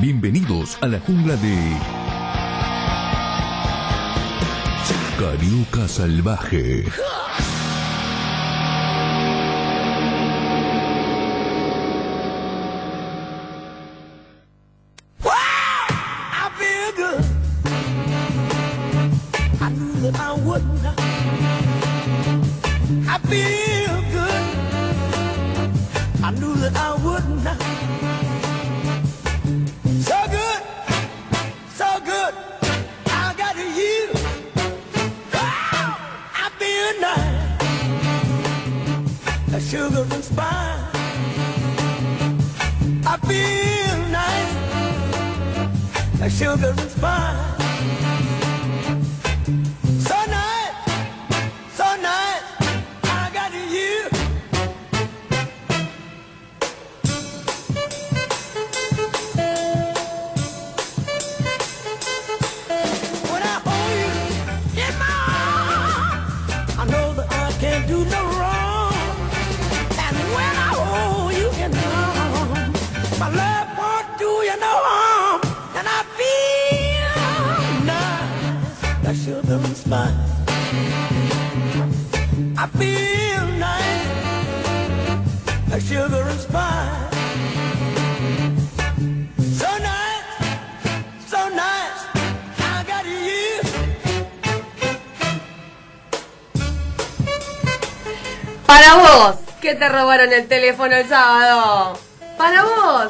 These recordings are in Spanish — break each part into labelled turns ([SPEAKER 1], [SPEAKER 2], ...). [SPEAKER 1] Bienvenidos a la jungla de Carioca Salvaje.
[SPEAKER 2] I feel good. I knew that I would not. I feel good. I knew that I would not. So good, so good. I got you. Ah, I feel nice. The sugar and spice. I feel nice like sugar and spice. So nice, so nice, I got you. When I hold you in my arms, I know that I can't do no wrong. And when I hold you in my arms, my love won't do you no harm. And I feel nice, that sugar and spice. I feel nice, that sugar and spice. So nice so nice. I got you.
[SPEAKER 3] Para vos, que te robaron el teléfono el sábado. Para vos,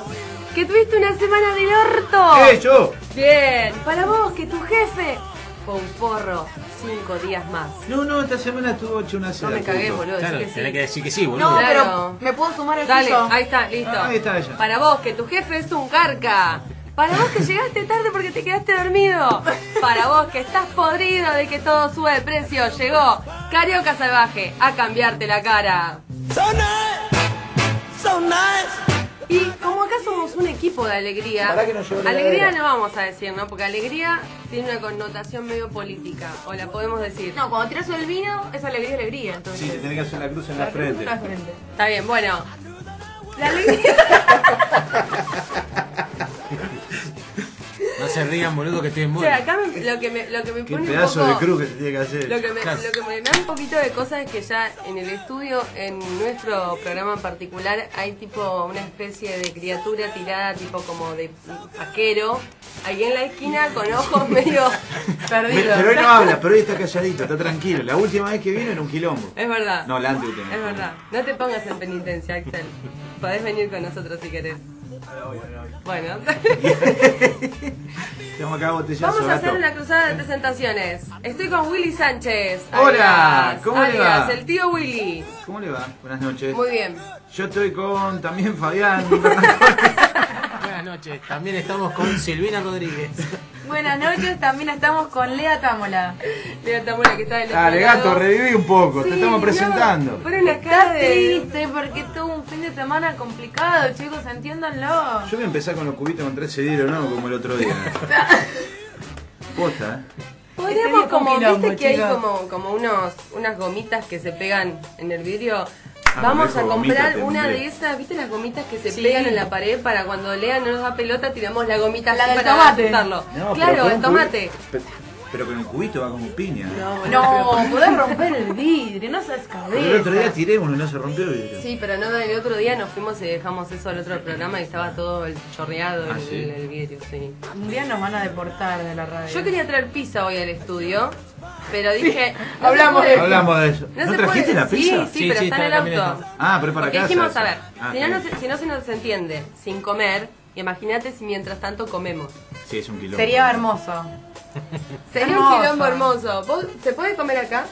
[SPEAKER 3] que tuviste una semana del orto.
[SPEAKER 4] ¡Eh, yo!
[SPEAKER 3] Bien. Para vos, que tu jefe fue un forro cinco días más.
[SPEAKER 4] No, no, esta semana estuvo hecho una
[SPEAKER 3] No
[SPEAKER 4] sola
[SPEAKER 3] me cagué,
[SPEAKER 4] puto.
[SPEAKER 3] boludo.
[SPEAKER 5] Claro,
[SPEAKER 3] sí que sí.
[SPEAKER 5] tenés que decir que sí, boludo.
[SPEAKER 6] No,
[SPEAKER 3] Claro.
[SPEAKER 6] pero me puedo sumar al
[SPEAKER 3] Dale,
[SPEAKER 6] tuyo.
[SPEAKER 3] ahí está, listo.
[SPEAKER 4] Ah, ahí está ella.
[SPEAKER 3] Para vos, que tu jefe es un carca. Para vos que llegaste tarde porque te quedaste dormido. Para vos que estás podrido de que todo sube de precio. Llegó Carioca Salvaje a cambiarte la cara.
[SPEAKER 2] So nice. So nice.
[SPEAKER 3] Y como acá somos un equipo de alegría,
[SPEAKER 4] Pará que nos llevo la
[SPEAKER 3] alegría
[SPEAKER 4] heladera.
[SPEAKER 3] no vamos a decir, ¿no? Porque alegría tiene una connotación medio política, o la podemos decir.
[SPEAKER 6] No, cuando tiras el vino es alegría, alegría. Entonces,
[SPEAKER 4] Sí, te tenés que hacer la cruz en la
[SPEAKER 6] La cruz
[SPEAKER 4] frente.
[SPEAKER 6] está frente.
[SPEAKER 3] Está bien, bueno. La alegría.
[SPEAKER 5] No se rían, boludo, que estoy en
[SPEAKER 3] o
[SPEAKER 5] bola.
[SPEAKER 3] sea, acá me- lo que me, lo que me
[SPEAKER 4] Qué
[SPEAKER 3] pone un
[SPEAKER 4] pedazo
[SPEAKER 3] poco.
[SPEAKER 4] de cruz que se tiene que hacer.
[SPEAKER 3] Lo que, me,
[SPEAKER 5] Casi.
[SPEAKER 3] lo que me da un poquito de cosas es que ya en el estudio, en nuestro programa en particular, hay tipo una especie de criatura tirada tipo como de vaquero, ahí en la esquina con ojos medio
[SPEAKER 4] Me-
[SPEAKER 3] perdidos.
[SPEAKER 4] pero hoy no habla, pero hoy está calladito, está tranquilo. La última vez que vino era un quilombo.
[SPEAKER 3] Es verdad.
[SPEAKER 4] No, la anteúltima.
[SPEAKER 3] Es verdad. No te pongas en penitencia, Axel. Podés venir con nosotros si querés. Bueno.
[SPEAKER 4] Estamos acá botellazo,
[SPEAKER 3] Vamos a hacer
[SPEAKER 4] gato.
[SPEAKER 3] una cruzada de presentaciones. Estoy con Willy Sánchez.
[SPEAKER 4] Hola,
[SPEAKER 3] alias-
[SPEAKER 4] ¿cómo le va?
[SPEAKER 3] alias el tío Willy.
[SPEAKER 4] ¿Cómo le va? Buenas noches.
[SPEAKER 3] Muy bien.
[SPEAKER 4] Yo estoy con también Fabián.
[SPEAKER 5] Buenas noches. También estamos con Silvina Rodríguez.
[SPEAKER 6] Buenas noches, también estamos con Lea Támola.
[SPEAKER 3] Lea Tamura que está del otro
[SPEAKER 4] Dale, gato,
[SPEAKER 3] lado.
[SPEAKER 4] reviví un poco.
[SPEAKER 3] Sí,
[SPEAKER 4] te estamos
[SPEAKER 3] no,
[SPEAKER 4] presentando.
[SPEAKER 3] Pone una cara
[SPEAKER 6] Está
[SPEAKER 3] de...
[SPEAKER 6] triste porque tuvo un fin de semana complicado, chicos, entiéndanlo.
[SPEAKER 4] Yo voy a empezar con los cubitos con 13 dinero, ¿no? Como el otro día. Posta, ¿eh?
[SPEAKER 3] Podríamos
[SPEAKER 6] Este día fue un
[SPEAKER 3] como,
[SPEAKER 6] quilombo,
[SPEAKER 3] viste que hay
[SPEAKER 6] chicos.
[SPEAKER 3] como, como unos, unas gomitas que se pegan en el vidrio.
[SPEAKER 4] Ah,
[SPEAKER 3] Vamos
[SPEAKER 4] me
[SPEAKER 3] a
[SPEAKER 4] dijo
[SPEAKER 3] comprar
[SPEAKER 4] gomita, te
[SPEAKER 3] una
[SPEAKER 4] nombré.
[SPEAKER 3] de esas, ¿viste las gomitas que se
[SPEAKER 6] Sí.
[SPEAKER 3] pegan en la pared para cuando Lea no nos da pelota tiramos la gomita
[SPEAKER 6] La
[SPEAKER 3] así
[SPEAKER 6] del
[SPEAKER 3] para
[SPEAKER 6] tomate.
[SPEAKER 3] asustarlo?
[SPEAKER 4] No, pero
[SPEAKER 3] claro,
[SPEAKER 4] con
[SPEAKER 3] el
[SPEAKER 4] un
[SPEAKER 3] tomate.
[SPEAKER 4] cubi- pe- Pero con el cubito va como piña.
[SPEAKER 6] No, podés romper el vidrio, no seas
[SPEAKER 4] Pero el otro día
[SPEAKER 6] cabeza.
[SPEAKER 4] tiré uno y no se rompió el vidrio.
[SPEAKER 3] Sí, pero no, el otro día nos fuimos y dejamos eso al otro programa y estaba todo el chorreado
[SPEAKER 4] Ah,
[SPEAKER 3] el,
[SPEAKER 4] ¿sí?
[SPEAKER 3] el vidrio, sí.
[SPEAKER 6] Un día nos van a deportar de la radio.
[SPEAKER 3] Yo quería traer pizza hoy al estudio, pero dije... no se
[SPEAKER 6] hablamos
[SPEAKER 3] puede.
[SPEAKER 6] de-
[SPEAKER 4] Hablamos de eso. ¿No,
[SPEAKER 3] se
[SPEAKER 4] trajiste
[SPEAKER 3] puede.
[SPEAKER 4] la pizza?
[SPEAKER 3] Sí, sí,
[SPEAKER 5] Sí,
[SPEAKER 3] pero
[SPEAKER 5] sí,
[SPEAKER 3] está, en
[SPEAKER 5] también
[SPEAKER 3] el auto.
[SPEAKER 5] está.
[SPEAKER 4] Ah, pero es para
[SPEAKER 3] Porque
[SPEAKER 4] casa
[SPEAKER 3] dijimos,
[SPEAKER 4] eso.
[SPEAKER 3] a ver,
[SPEAKER 4] Ah,
[SPEAKER 3] si, no, no
[SPEAKER 4] está
[SPEAKER 3] se, si no se nos entiende sin comer, imagínate si mientras tanto comemos.
[SPEAKER 4] Sí, es un quilombo.
[SPEAKER 6] Sería hermoso.
[SPEAKER 3] Sería un
[SPEAKER 6] Hermoso.
[SPEAKER 3] quilombo hermoso. ¿Vos- ¿Se puede comer acá?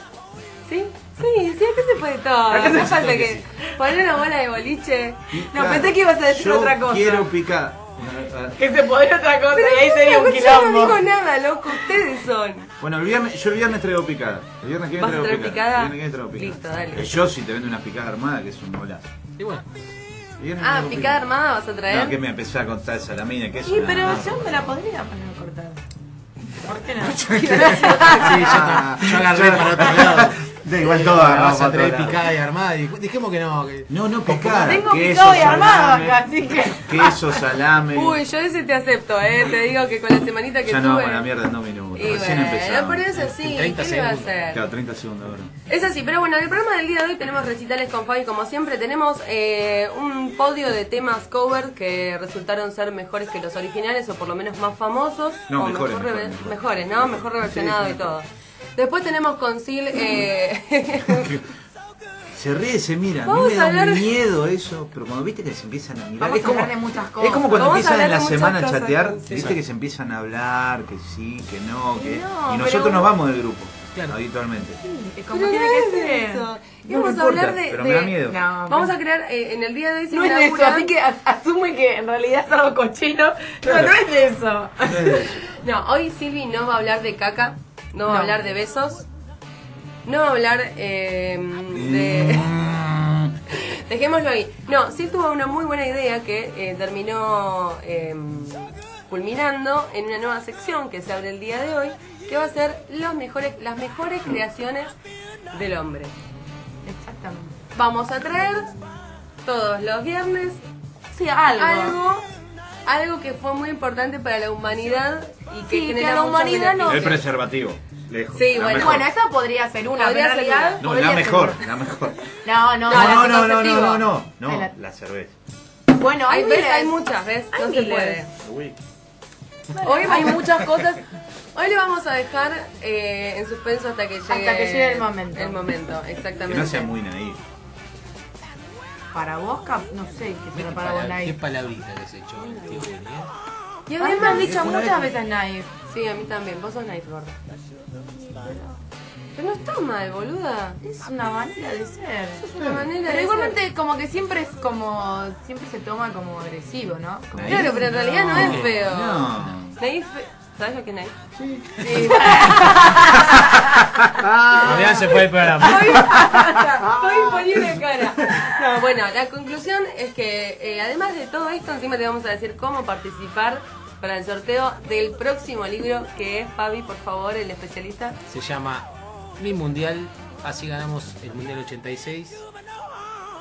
[SPEAKER 3] ¿Sí? Sí, sí, acá se puede todo.
[SPEAKER 4] Acá se
[SPEAKER 3] No falta
[SPEAKER 4] puede,
[SPEAKER 3] que
[SPEAKER 4] sí.
[SPEAKER 3] poner una bola de boliche.
[SPEAKER 4] Y,
[SPEAKER 6] No,
[SPEAKER 4] claro,
[SPEAKER 6] pensé que ibas a decir
[SPEAKER 4] yo
[SPEAKER 6] otra cosa.
[SPEAKER 4] quiero picar.
[SPEAKER 6] Que se podría otra cosa
[SPEAKER 3] Pero yo no- Yo no digo nada, loco, ustedes son.
[SPEAKER 4] Bueno, el viernes, yo el viernes traigo picada. El viernes que viene
[SPEAKER 3] ¿Vas a
[SPEAKER 4] traigo
[SPEAKER 3] traer
[SPEAKER 4] picada.
[SPEAKER 3] picada?
[SPEAKER 4] El viernes que viene traigo picada.
[SPEAKER 3] Listo, dale.
[SPEAKER 4] Eh, Yo si te vendo unas picadas armadas, que es un golazo.
[SPEAKER 5] Y bueno,
[SPEAKER 4] El viernes
[SPEAKER 3] Ah,
[SPEAKER 4] traigo
[SPEAKER 3] picada armada ¿eh? vas a traer.
[SPEAKER 4] No, que me empezó a contar salamina, que es
[SPEAKER 6] Sí,
[SPEAKER 4] una-
[SPEAKER 6] pero yo me la podría poner cortada. ¿Por qué no?
[SPEAKER 5] sí, yo, yo agarré para otro lado.
[SPEAKER 4] Da igual todo
[SPEAKER 5] La vas a
[SPEAKER 4] agarramos
[SPEAKER 5] traer
[SPEAKER 4] todo lado.
[SPEAKER 5] picada y armada. Y dijimos que no. Que...
[SPEAKER 4] No, no, picada.
[SPEAKER 6] Tengo
[SPEAKER 4] Queso,
[SPEAKER 6] picado y armado
[SPEAKER 4] salame,
[SPEAKER 6] acá, así que.
[SPEAKER 4] Queso, salame.
[SPEAKER 3] Uy, yo ese te acepto, eh. Te digo que con la semanita que
[SPEAKER 4] ya no
[SPEAKER 3] tuve.
[SPEAKER 4] vamos a la mierda en dos minutos.
[SPEAKER 3] Y
[SPEAKER 4] Recién
[SPEAKER 3] bueno,
[SPEAKER 4] empezamos.
[SPEAKER 3] pero es así, ¿qué
[SPEAKER 5] 30
[SPEAKER 3] le va a
[SPEAKER 5] segundos.
[SPEAKER 3] hacer?
[SPEAKER 4] Claro, 30 segundos ahora.
[SPEAKER 3] Es así, pero bueno, en el programa del día de hoy tenemos recitales con Fabi, como siempre. Tenemos eh, un podio de temas cover que resultaron ser mejores que los originales o por lo menos más famosos.
[SPEAKER 4] No,
[SPEAKER 3] o mejor
[SPEAKER 4] mejores, mejores,
[SPEAKER 3] reve-
[SPEAKER 4] mejores.
[SPEAKER 3] mejores, ¿no? Mejor reversionado y todo. Después tenemos Concil. Eh,
[SPEAKER 4] Se ríe y se mira. A mí
[SPEAKER 3] Vamos
[SPEAKER 4] me
[SPEAKER 3] a
[SPEAKER 4] da
[SPEAKER 3] hablar-
[SPEAKER 4] un miedo eso. Pero cuando viste que se empiezan a mirar.
[SPEAKER 6] Vamos
[SPEAKER 4] es
[SPEAKER 6] a
[SPEAKER 4] como,
[SPEAKER 6] hablar de muchas cosas.
[SPEAKER 4] es como cuando
[SPEAKER 3] Vamos a
[SPEAKER 4] empiezan
[SPEAKER 3] hablar
[SPEAKER 4] en la
[SPEAKER 3] de muchas
[SPEAKER 4] semana a
[SPEAKER 3] cosas,
[SPEAKER 4] chatear.
[SPEAKER 3] sí.
[SPEAKER 4] Viste que se empiezan a hablar, que sí, que no.
[SPEAKER 3] No,
[SPEAKER 4] que Y
[SPEAKER 3] pero-
[SPEAKER 4] nosotros nos vamos del grupo.
[SPEAKER 5] Claro.
[SPEAKER 4] Habitualmente.
[SPEAKER 6] Es como tiene que ser.
[SPEAKER 3] eso. Y
[SPEAKER 4] No me
[SPEAKER 3] vamos a
[SPEAKER 4] importa,
[SPEAKER 3] hablar de.
[SPEAKER 4] pero me da
[SPEAKER 3] de-
[SPEAKER 4] miedo.
[SPEAKER 6] No,
[SPEAKER 3] Vamos a crear eh, en el día de hoy se
[SPEAKER 6] No es de eso,
[SPEAKER 3] inaugura-
[SPEAKER 6] así que as- asume que en realidad es algo cochino. No,
[SPEAKER 4] Claro.
[SPEAKER 6] no es de eso.
[SPEAKER 3] No, hoy Silvi no va a hablar de caca, no va
[SPEAKER 6] No.
[SPEAKER 3] a hablar de besos, no va a hablar eh, de... Dejémoslo ahí. No, Sil tuvo una muy buena idea que eh, terminó eh, culminando en una nueva sección que se abre el día de hoy, que va a ser los mejores, las mejores creaciones del hombre.
[SPEAKER 6] Exactamente.
[SPEAKER 3] Vamos a traer todos los viernes
[SPEAKER 6] Sí, algo.
[SPEAKER 3] algo, algo que fue muy importante para la humanidad y que,
[SPEAKER 6] Sí, que
[SPEAKER 3] genera
[SPEAKER 6] a la
[SPEAKER 3] muchos
[SPEAKER 6] humanidad no-
[SPEAKER 3] beneficios.
[SPEAKER 4] El preservativo. Lejos.
[SPEAKER 3] Sí,
[SPEAKER 4] La
[SPEAKER 3] bueno.
[SPEAKER 4] mejor.
[SPEAKER 6] Bueno, esa podría ser una,
[SPEAKER 3] Podría
[SPEAKER 6] pero en
[SPEAKER 3] ser
[SPEAKER 6] realidad.
[SPEAKER 3] una.
[SPEAKER 4] No,
[SPEAKER 6] podría
[SPEAKER 4] la
[SPEAKER 6] ser
[SPEAKER 4] mejor,
[SPEAKER 6] una.
[SPEAKER 4] la mejor.
[SPEAKER 6] No, no, la
[SPEAKER 7] Ah,
[SPEAKER 4] No, no, no, no,
[SPEAKER 6] anticonceptiva.
[SPEAKER 4] no, no,
[SPEAKER 6] Ay,
[SPEAKER 4] no.
[SPEAKER 6] la-
[SPEAKER 4] La cerveza.
[SPEAKER 6] Bueno, hay,
[SPEAKER 3] Hay, ves,
[SPEAKER 6] miles.
[SPEAKER 3] hay muchas, ¿ves?
[SPEAKER 6] Hay
[SPEAKER 3] No se
[SPEAKER 6] miles.
[SPEAKER 3] puede.
[SPEAKER 4] Uy.
[SPEAKER 3] Hoy hay muchas cosas. Hoy le vamos a dejar eh, en suspenso hasta que llegue...
[SPEAKER 6] Hasta que llegue el momento.
[SPEAKER 3] El momento,
[SPEAKER 4] Que
[SPEAKER 3] exactamente.
[SPEAKER 4] no sea muy naif.
[SPEAKER 6] Para vos, cap- no sé qué será
[SPEAKER 5] Qué
[SPEAKER 6] para vos,
[SPEAKER 5] palab- Qué
[SPEAKER 6] Nike.
[SPEAKER 5] palabrita que se echó el tío Benny, ¿eh?
[SPEAKER 3] Y
[SPEAKER 6] A mí me han
[SPEAKER 3] además...
[SPEAKER 6] dicho muchas veces Nike.
[SPEAKER 3] Sí, a mí también. Vos sos night gorda. Pero no está mal, boluda.
[SPEAKER 6] Es una manera de ser.
[SPEAKER 3] Es una manera
[SPEAKER 6] Pero
[SPEAKER 3] de ser.
[SPEAKER 6] igualmente como que siempre es como siempre se toma como agresivo, ¿no? Como-
[SPEAKER 4] Naif.
[SPEAKER 3] Claro, pero en realidad no, es feo.
[SPEAKER 4] No.
[SPEAKER 3] Naif... ¿Sabes lo que es Eh, naif?
[SPEAKER 5] Fabián se fue del programa.
[SPEAKER 3] Estoy poniendo cara. No, bueno, la conclusión es que eh, además de todo esto, encima te vamos a decir cómo participar para el sorteo del próximo libro que es Fabi, por favor, el especialista.
[SPEAKER 5] Se llama Mi Mundial. Así ganamos el Mundial 86.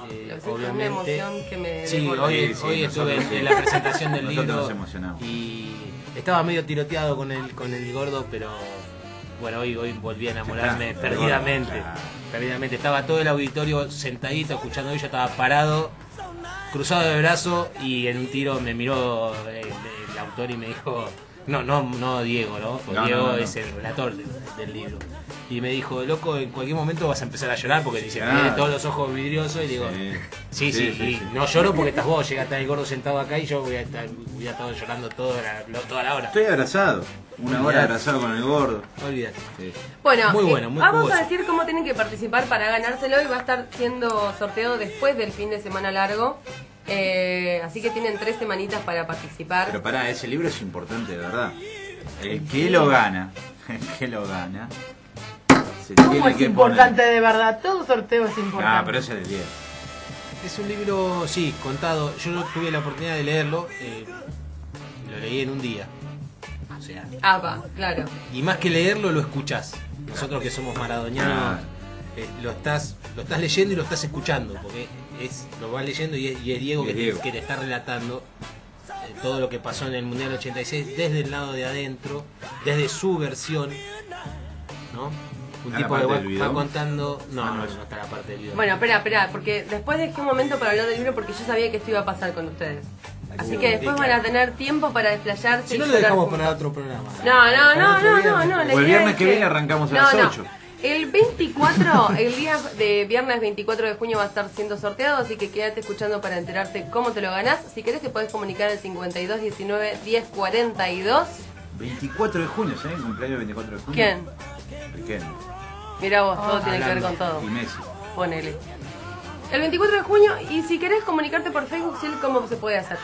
[SPEAKER 5] Eh,
[SPEAKER 3] Lo sé, con una
[SPEAKER 5] obviamente.
[SPEAKER 3] emoción que me
[SPEAKER 5] Sí,
[SPEAKER 3] desborda.
[SPEAKER 5] hoy,
[SPEAKER 4] Sí, sí,
[SPEAKER 5] hoy
[SPEAKER 4] nosotros
[SPEAKER 5] estuve en-
[SPEAKER 4] sí.
[SPEAKER 5] en la presentación del
[SPEAKER 4] Nosotros
[SPEAKER 5] libro
[SPEAKER 4] nos emocionamos.
[SPEAKER 5] y estaba medio tiroteado con el con el gordo, pero bueno, hoy hoy volví a enamorarme
[SPEAKER 4] Está,
[SPEAKER 5] perdidamente.
[SPEAKER 4] gordo, claro.
[SPEAKER 5] Perdidamente estaba todo el auditorio sentadito escuchando, yo estaba parado, cruzado de brazos y en un tiro me miró el, el autor y me dijo, "No, no, no Diego, ¿no? Porque
[SPEAKER 4] No, no,
[SPEAKER 5] Diego
[SPEAKER 4] no, no.
[SPEAKER 5] es el relator del, del libro." Y me dijo, "Loco, en cualquier momento vas a empezar a llorar porque dice,
[SPEAKER 4] Claro.
[SPEAKER 5] tiene todos los ojos vidriosos." Y digo, Sí, sí, y no lloro porque estás vos, llega hasta el gordo sentado acá y yo voy a estar, voy a estar llorando toda la, lo- toda la hora.
[SPEAKER 4] Estoy abrazado. Una hora
[SPEAKER 5] Mirá.
[SPEAKER 4] abrazado con el gordo.
[SPEAKER 5] Olvídate.
[SPEAKER 3] Bueno,
[SPEAKER 5] Muy
[SPEAKER 3] eh,
[SPEAKER 5] bueno, muy
[SPEAKER 3] vamos
[SPEAKER 5] jugoso.
[SPEAKER 3] a decir cómo tienen que participar para ganárselo y va a estar siendo sorteado después del fin de semana largo. Eh, así que tienen tres semanitas para participar.
[SPEAKER 4] Pero pará, ese libro es importante, de verdad. El que lo gana, el que lo gana, se
[SPEAKER 6] ¿Cómo
[SPEAKER 4] tiene
[SPEAKER 6] es
[SPEAKER 4] que
[SPEAKER 6] importante
[SPEAKER 4] poner.
[SPEAKER 6] de verdad? Todo sorteo es
[SPEAKER 4] Ah,
[SPEAKER 6] importante.
[SPEAKER 4] pero ese es de 10.
[SPEAKER 5] Es un libro, sí, contado. Yo no tuve la oportunidad de leerlo, eh, lo leí en un día. O sea,
[SPEAKER 3] Ah, va, claro.
[SPEAKER 5] y más que leerlo, lo escuchás. Nosotros que somos maradoñanos,
[SPEAKER 4] Claro.
[SPEAKER 5] eh, lo, estás, lo estás leyendo y lo estás escuchando, porque es, lo vas leyendo y es, y es Diego,
[SPEAKER 4] Y es
[SPEAKER 5] que, te-
[SPEAKER 4] Diego.
[SPEAKER 5] que Te, está relatando eh, todo lo que pasó en el Mundial 86 desde el lado de adentro, desde su versión, ¿no?
[SPEAKER 4] ¿Está
[SPEAKER 5] Un
[SPEAKER 4] la
[SPEAKER 5] tipo
[SPEAKER 4] parte
[SPEAKER 5] que va,
[SPEAKER 4] del video?
[SPEAKER 5] va contando... No,
[SPEAKER 4] Ah, no,
[SPEAKER 5] no,
[SPEAKER 4] eso.
[SPEAKER 5] no está la parte del video.
[SPEAKER 3] Bueno, espera, espera, porque después dejé un momento para hablar del libro porque yo sabía que esto iba a pasar con ustedes. Así
[SPEAKER 5] Uh,
[SPEAKER 3] que después
[SPEAKER 5] sí,
[SPEAKER 3] van
[SPEAKER 5] claro.
[SPEAKER 3] a tener tiempo para desplayarse.
[SPEAKER 5] si
[SPEAKER 3] y
[SPEAKER 5] no lo
[SPEAKER 3] llorar
[SPEAKER 5] dejamos
[SPEAKER 3] juntos.
[SPEAKER 5] para otro programa.
[SPEAKER 3] No, no, no, no, no, no. la
[SPEAKER 4] O Pues el
[SPEAKER 3] idea
[SPEAKER 4] viernes
[SPEAKER 3] es
[SPEAKER 4] que viene arrancamos a
[SPEAKER 3] No,
[SPEAKER 4] las
[SPEAKER 3] no.
[SPEAKER 4] 8.
[SPEAKER 3] El 24, el día de viernes 24 de junio va a estar siendo sorteado, así que quédate escuchando para enterarte cómo te lo ganás. Si querés te podés comunicar al 52 19 10 42.
[SPEAKER 4] 24 de junio, ¿sabes? Cumpleaños 24 de junio.
[SPEAKER 3] ¿Quién?
[SPEAKER 4] El Ken.
[SPEAKER 3] Mira vos, todo tiene que ver con
[SPEAKER 5] hablando.
[SPEAKER 3] todo.
[SPEAKER 4] Y Messi.
[SPEAKER 3] Ponele. El 24 de junio, y si querés comunicarte por Facebook, Sil, ¿cómo se puede hacer?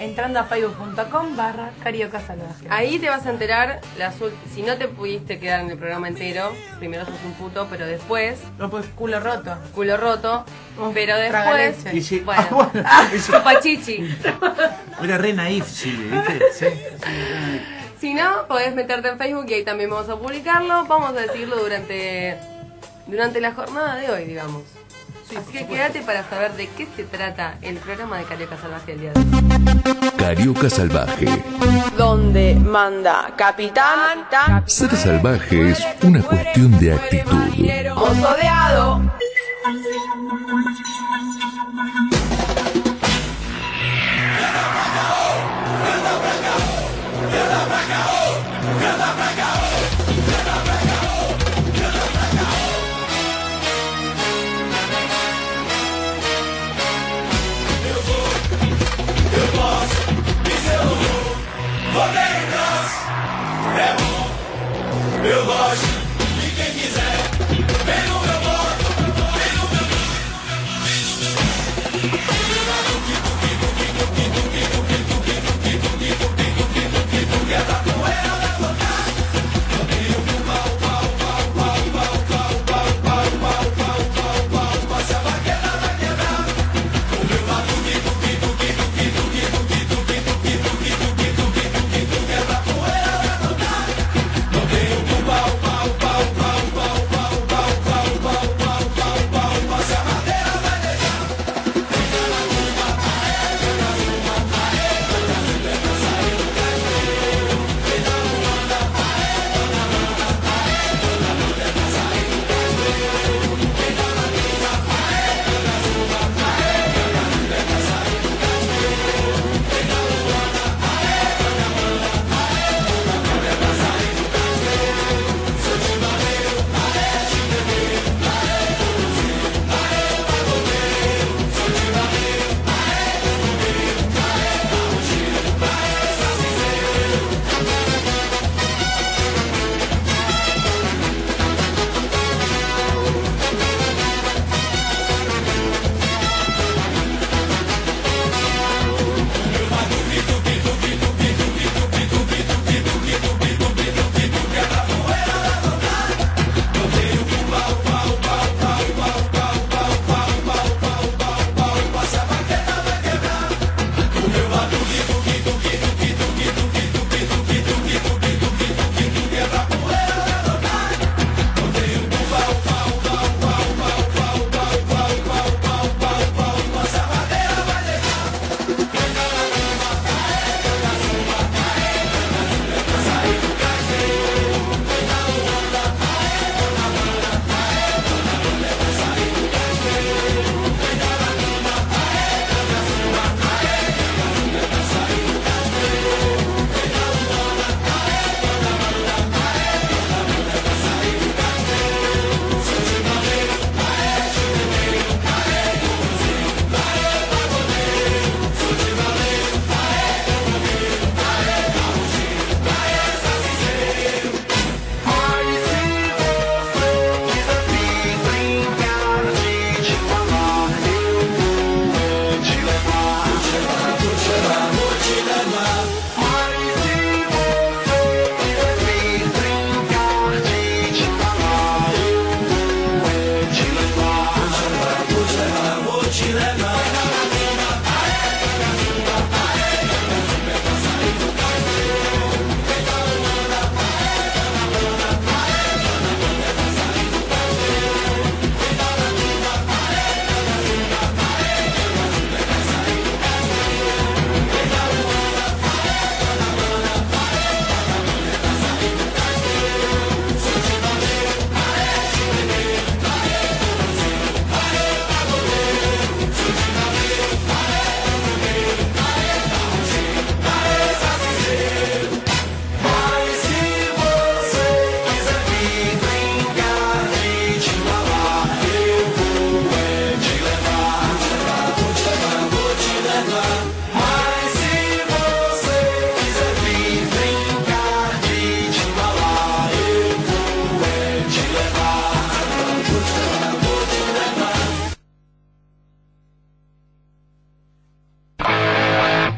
[SPEAKER 6] Entrando a facebook.com barra carioca salvaje.
[SPEAKER 3] Ahí te vas a enterar, las ult- si no te pudiste quedar en el programa entero, primero sos un puto, pero después,
[SPEAKER 6] No, pues culo roto.
[SPEAKER 3] culo roto,
[SPEAKER 6] Uf,
[SPEAKER 3] pero
[SPEAKER 6] traga
[SPEAKER 3] después,
[SPEAKER 6] leche.
[SPEAKER 4] Y si-
[SPEAKER 3] bueno,
[SPEAKER 4] Ah, bueno, y si-
[SPEAKER 3] chupachichi.
[SPEAKER 4] Era re naif, sí, ¿viste? Sí.
[SPEAKER 3] Si no, podés meterte en Facebook y ahí también vamos a publicarlo, vamos a decirlo durante durante la jornada de hoy, digamos.
[SPEAKER 5] Sí,
[SPEAKER 3] Así
[SPEAKER 5] por
[SPEAKER 3] que
[SPEAKER 5] supuesto.
[SPEAKER 3] quédate para saber de qué se trata el programa de Carioca Salvaje el día de hoy.
[SPEAKER 1] Carioca Salvaje.
[SPEAKER 7] Donde manda capitán, capitán,
[SPEAKER 1] Ser salvaje es una cuestión de actitud.
[SPEAKER 7] mozo de hado.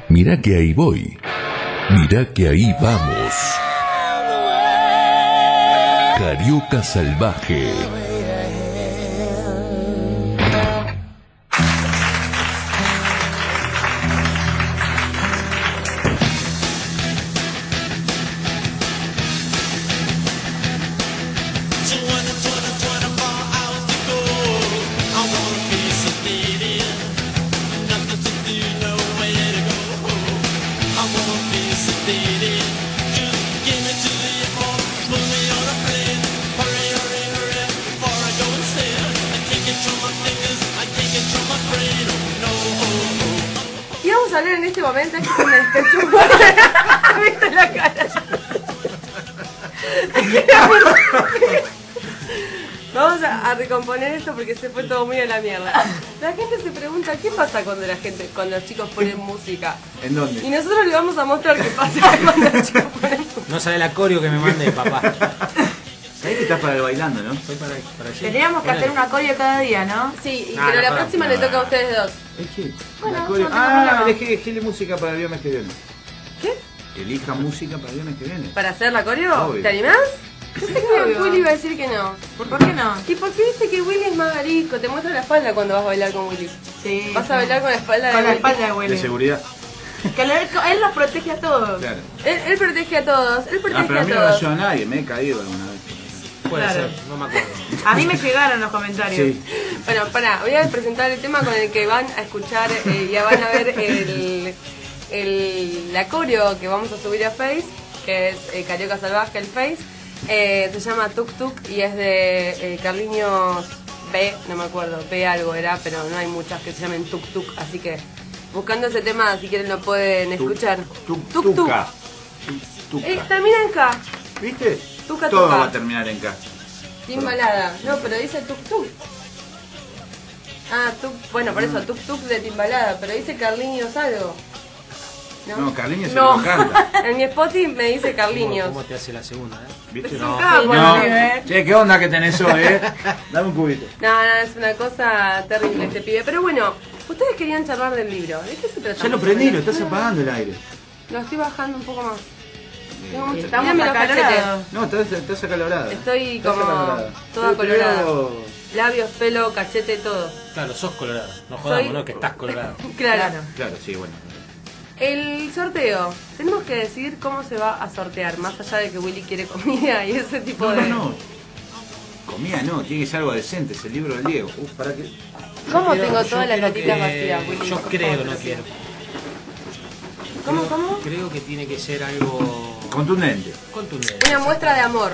[SPEAKER 1] Mirá que ahí voy. Mirá que ahí vamos. Carioca Salvaje.
[SPEAKER 8] So what a, what a, what a ball I
[SPEAKER 3] a hablar en este momento es que se me despechó un poco. ¿Viste la cara? Vamos a, a recomponer esto porque se fue todo muy a la mierda. La gente se pregunta qué pasa cuando la gente, cuando los chicos ponen música.
[SPEAKER 4] ¿En
[SPEAKER 3] Y
[SPEAKER 4] dónde?
[SPEAKER 3] nosotros le vamos a mostrar qué pasa cuando los chicos ponen música.
[SPEAKER 5] No sabe el acorio que me mande papá.
[SPEAKER 4] Sabés que estás para el bailando, ¿no?
[SPEAKER 5] Soy para, para allí.
[SPEAKER 6] Tendríamos que hacer una coreo cada día, ¿no?
[SPEAKER 3] Sí, y-
[SPEAKER 5] No,
[SPEAKER 3] pero
[SPEAKER 5] no,
[SPEAKER 3] la
[SPEAKER 5] para-
[SPEAKER 3] próxima le toca a ustedes dos.
[SPEAKER 4] Es que.
[SPEAKER 6] Bueno,
[SPEAKER 4] la coreo-
[SPEAKER 6] no tengo
[SPEAKER 4] ah,
[SPEAKER 6] problema.
[SPEAKER 4] elegí, elegí música para el viernes que viene.
[SPEAKER 3] ¿Qué?
[SPEAKER 4] Elija música para el viernes que viene.
[SPEAKER 3] ¿Para hacer la coreo?
[SPEAKER 4] Obvio.
[SPEAKER 3] ¿Te animás? Yo sé que
[SPEAKER 6] obvio.
[SPEAKER 3] Willy iba a decir que no.
[SPEAKER 6] ¿Por, por qué no?
[SPEAKER 3] ¿Y por qué viste que Willy es más garico? Te muestra la espalda cuando vas a bailar con Willy.
[SPEAKER 6] Sí.
[SPEAKER 3] Vas a bailar con la espalda de
[SPEAKER 6] con la
[SPEAKER 3] Willy.
[SPEAKER 6] espalda de
[SPEAKER 4] De
[SPEAKER 6] Willy.
[SPEAKER 4] seguridad.
[SPEAKER 6] Que le- él los protege a todos.
[SPEAKER 4] Claro.
[SPEAKER 3] Él, él protege a todos, él protege
[SPEAKER 4] Ah, pero a
[SPEAKER 3] a
[SPEAKER 4] mí no me
[SPEAKER 3] todos.
[SPEAKER 4] ayuda a nadie, me he caído alguna vez.
[SPEAKER 5] Puede
[SPEAKER 6] Claro.
[SPEAKER 5] ser, no me acuerdo.
[SPEAKER 6] A mí me llegaron los comentarios.
[SPEAKER 3] Bueno, pará, voy a presentar el tema con el que van a escuchar eh, ya van a ver el, el la coreo que vamos a subir a Face, que es eh, Carioca Salvaje, el Face. Eh, se llama Tuk Tuk y es de eh, Carliños B, no me acuerdo, B algo era, pero no hay muchas que se llamen Tuk Tuk, así que buscando ese tema, si quieren lo pueden
[SPEAKER 4] Tuk-
[SPEAKER 3] escuchar.
[SPEAKER 4] Tuk-
[SPEAKER 3] Tuk Tuk.
[SPEAKER 4] Tuca. Tuk-
[SPEAKER 3] Eh,
[SPEAKER 4] Tuca.
[SPEAKER 3] termina en K,
[SPEAKER 4] ¿Viste?
[SPEAKER 3] Tuca,
[SPEAKER 4] Todo
[SPEAKER 3] tuca.
[SPEAKER 4] va a terminar en casa.
[SPEAKER 3] sin balada. No, pero dice Tuk Tuk. Ah, tuk, bueno, por
[SPEAKER 4] Mm.
[SPEAKER 3] eso, tuk tuk de timbalada, pero dice Carliños algo. ¿No?
[SPEAKER 4] No, Carliño se
[SPEAKER 3] No.
[SPEAKER 4] lo canta.
[SPEAKER 3] En mi spotty me dice
[SPEAKER 5] ¿Cómo,
[SPEAKER 3] Carliños.
[SPEAKER 5] cómo te hace la segunda? eh?
[SPEAKER 4] ¿Viste?
[SPEAKER 6] Es
[SPEAKER 4] No.
[SPEAKER 6] un capo,
[SPEAKER 4] No.
[SPEAKER 6] el pibe, ¿eh?
[SPEAKER 4] Che, ¿qué onda que tenés hoy, eh? Dame un cubito.
[SPEAKER 3] No, no, es una cosa terrible este pibe. Pero bueno, ustedes querían charlar del libro. ¿De qué se trata?
[SPEAKER 4] Ya lo prendí, lo estás apagando el aire.
[SPEAKER 3] Lo estoy bajando un poco más. Tengo mucho-
[SPEAKER 6] Estamos
[SPEAKER 3] Mírame los
[SPEAKER 6] acalorados.
[SPEAKER 3] cachetes.
[SPEAKER 4] No, estás, estás acalorada.
[SPEAKER 3] Estoy
[SPEAKER 4] Estás
[SPEAKER 3] como
[SPEAKER 4] acalorada.
[SPEAKER 3] toda
[SPEAKER 4] Te veo-
[SPEAKER 3] colorada. Labios, pelo, cachete, todo.
[SPEAKER 5] Claro, sos colorado. No jodamos,
[SPEAKER 3] Soy-
[SPEAKER 5] ¿no? Que estás colorado.
[SPEAKER 3] claro.
[SPEAKER 4] Claro, sí, bueno.
[SPEAKER 3] El sorteo. Tenemos que decidir cómo se va a sortear, más allá de que Willy quiere comida y ese tipo
[SPEAKER 4] No,
[SPEAKER 3] de...
[SPEAKER 4] no, no. Comida no, tiene que ser algo decente, es el libro del Diego. Uf, para que.
[SPEAKER 3] ¿Cómo
[SPEAKER 5] Yo
[SPEAKER 3] tengo
[SPEAKER 5] creo
[SPEAKER 3] todas las
[SPEAKER 5] que-
[SPEAKER 3] latitas vacías, Willy?
[SPEAKER 5] Yo
[SPEAKER 3] Por
[SPEAKER 5] creo,
[SPEAKER 3] favor,
[SPEAKER 5] no
[SPEAKER 3] gracias.
[SPEAKER 5] quiero.
[SPEAKER 3] ¿Cómo,
[SPEAKER 5] Creo-
[SPEAKER 3] cómo?
[SPEAKER 5] Creo que tiene que ser algo
[SPEAKER 4] Contundente.
[SPEAKER 5] contundente.
[SPEAKER 3] Una muestra de amor.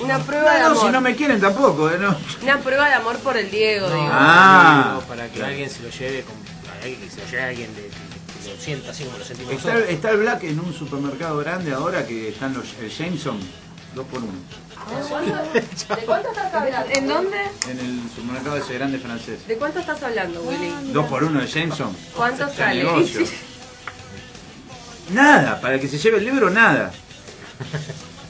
[SPEAKER 3] Una prueba de
[SPEAKER 4] No, no,
[SPEAKER 3] amor.
[SPEAKER 4] si no me quieren tampoco, eh, no.
[SPEAKER 3] Una prueba de amor por el Diego, digo.
[SPEAKER 4] Ah,
[SPEAKER 5] un libro para que
[SPEAKER 4] claro.
[SPEAKER 5] alguien se lo lleve, con, para alguien que se lo lleve a alguien de, que- que lo sienta así como lo sentimos
[SPEAKER 4] Está,
[SPEAKER 5] nosotros.
[SPEAKER 4] está el Black en un supermercado grande ahora que están los el Jameson, dos por uno.
[SPEAKER 3] ¿De cuánto estás hablando?
[SPEAKER 6] ¿En dónde?
[SPEAKER 4] En el supermercado ese grande francés.
[SPEAKER 3] ¿De cuánto estás hablando, Willy?
[SPEAKER 4] Dos por uno de Jameson.
[SPEAKER 3] ¿Cuánto
[SPEAKER 4] Está
[SPEAKER 3] sale?
[SPEAKER 4] negocio. Nada, para el que se lleve el libro, nada.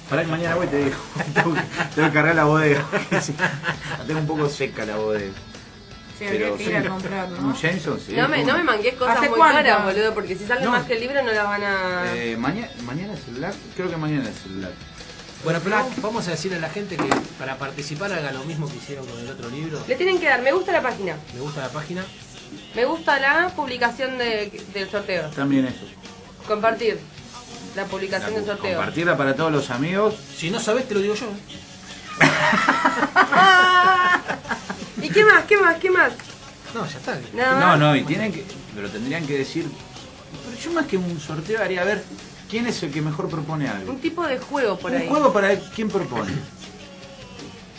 [SPEAKER 4] Para que mañana voy y te digo. Tengo que, tengo que cargar la bodega. La tengo un poco seca la bodega.
[SPEAKER 6] Sí, habría que ir a
[SPEAKER 4] sí,
[SPEAKER 6] comprarlo,
[SPEAKER 4] Un
[SPEAKER 6] ¿no?
[SPEAKER 4] Jameson, sí.
[SPEAKER 3] No me, no me mangues cosas
[SPEAKER 6] ¿Hace
[SPEAKER 3] muy
[SPEAKER 6] cuánto?
[SPEAKER 3] caras, boludo, porque si salen
[SPEAKER 4] No.
[SPEAKER 3] más que el libro no las van a...
[SPEAKER 4] Eh, maña- mañana es el Black, creo que mañana es el Black.
[SPEAKER 5] Bueno, pero vamos a decirle a la gente que para participar haga lo mismo que hicieron con el otro libro.
[SPEAKER 3] Le tienen que dar me gusta a la página,
[SPEAKER 5] Me gusta la página.
[SPEAKER 3] me gusta la publicación de- del sorteo.
[SPEAKER 4] También esto.
[SPEAKER 3] Compartir la publicación del sorteo.
[SPEAKER 4] Compartirla para todos los amigos.
[SPEAKER 5] Si no sabes, te lo digo yo.
[SPEAKER 3] ¿Y qué más? ¿Qué más? ¿Qué más?
[SPEAKER 5] No, ya está.
[SPEAKER 3] Nada
[SPEAKER 4] No,
[SPEAKER 3] más.
[SPEAKER 4] no, y tienen que, pero tendrían que decir. Pero yo más que un sorteo haría ver quién es el que mejor propone algo.
[SPEAKER 3] Un tipo de juego por
[SPEAKER 4] un
[SPEAKER 3] ahí.
[SPEAKER 4] juego para ver quién propone.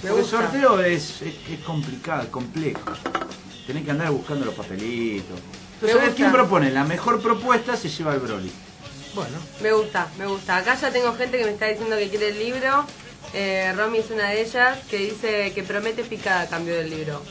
[SPEAKER 4] Porque el
[SPEAKER 3] gusta.
[SPEAKER 4] sorteo es, es, es complicado, es complejo. Tenés que andar buscando los papelitos.
[SPEAKER 3] Me
[SPEAKER 4] Entonces, a ver
[SPEAKER 3] gusta.
[SPEAKER 4] quién propone. La mejor propuesta se lleva al Broly.
[SPEAKER 5] Bueno,
[SPEAKER 3] Me gusta, me gusta. Acá ya tengo gente que me está diciendo que quiere el libro. Eh, Romy es una de ellas que dice que promete picada a cambio del libro.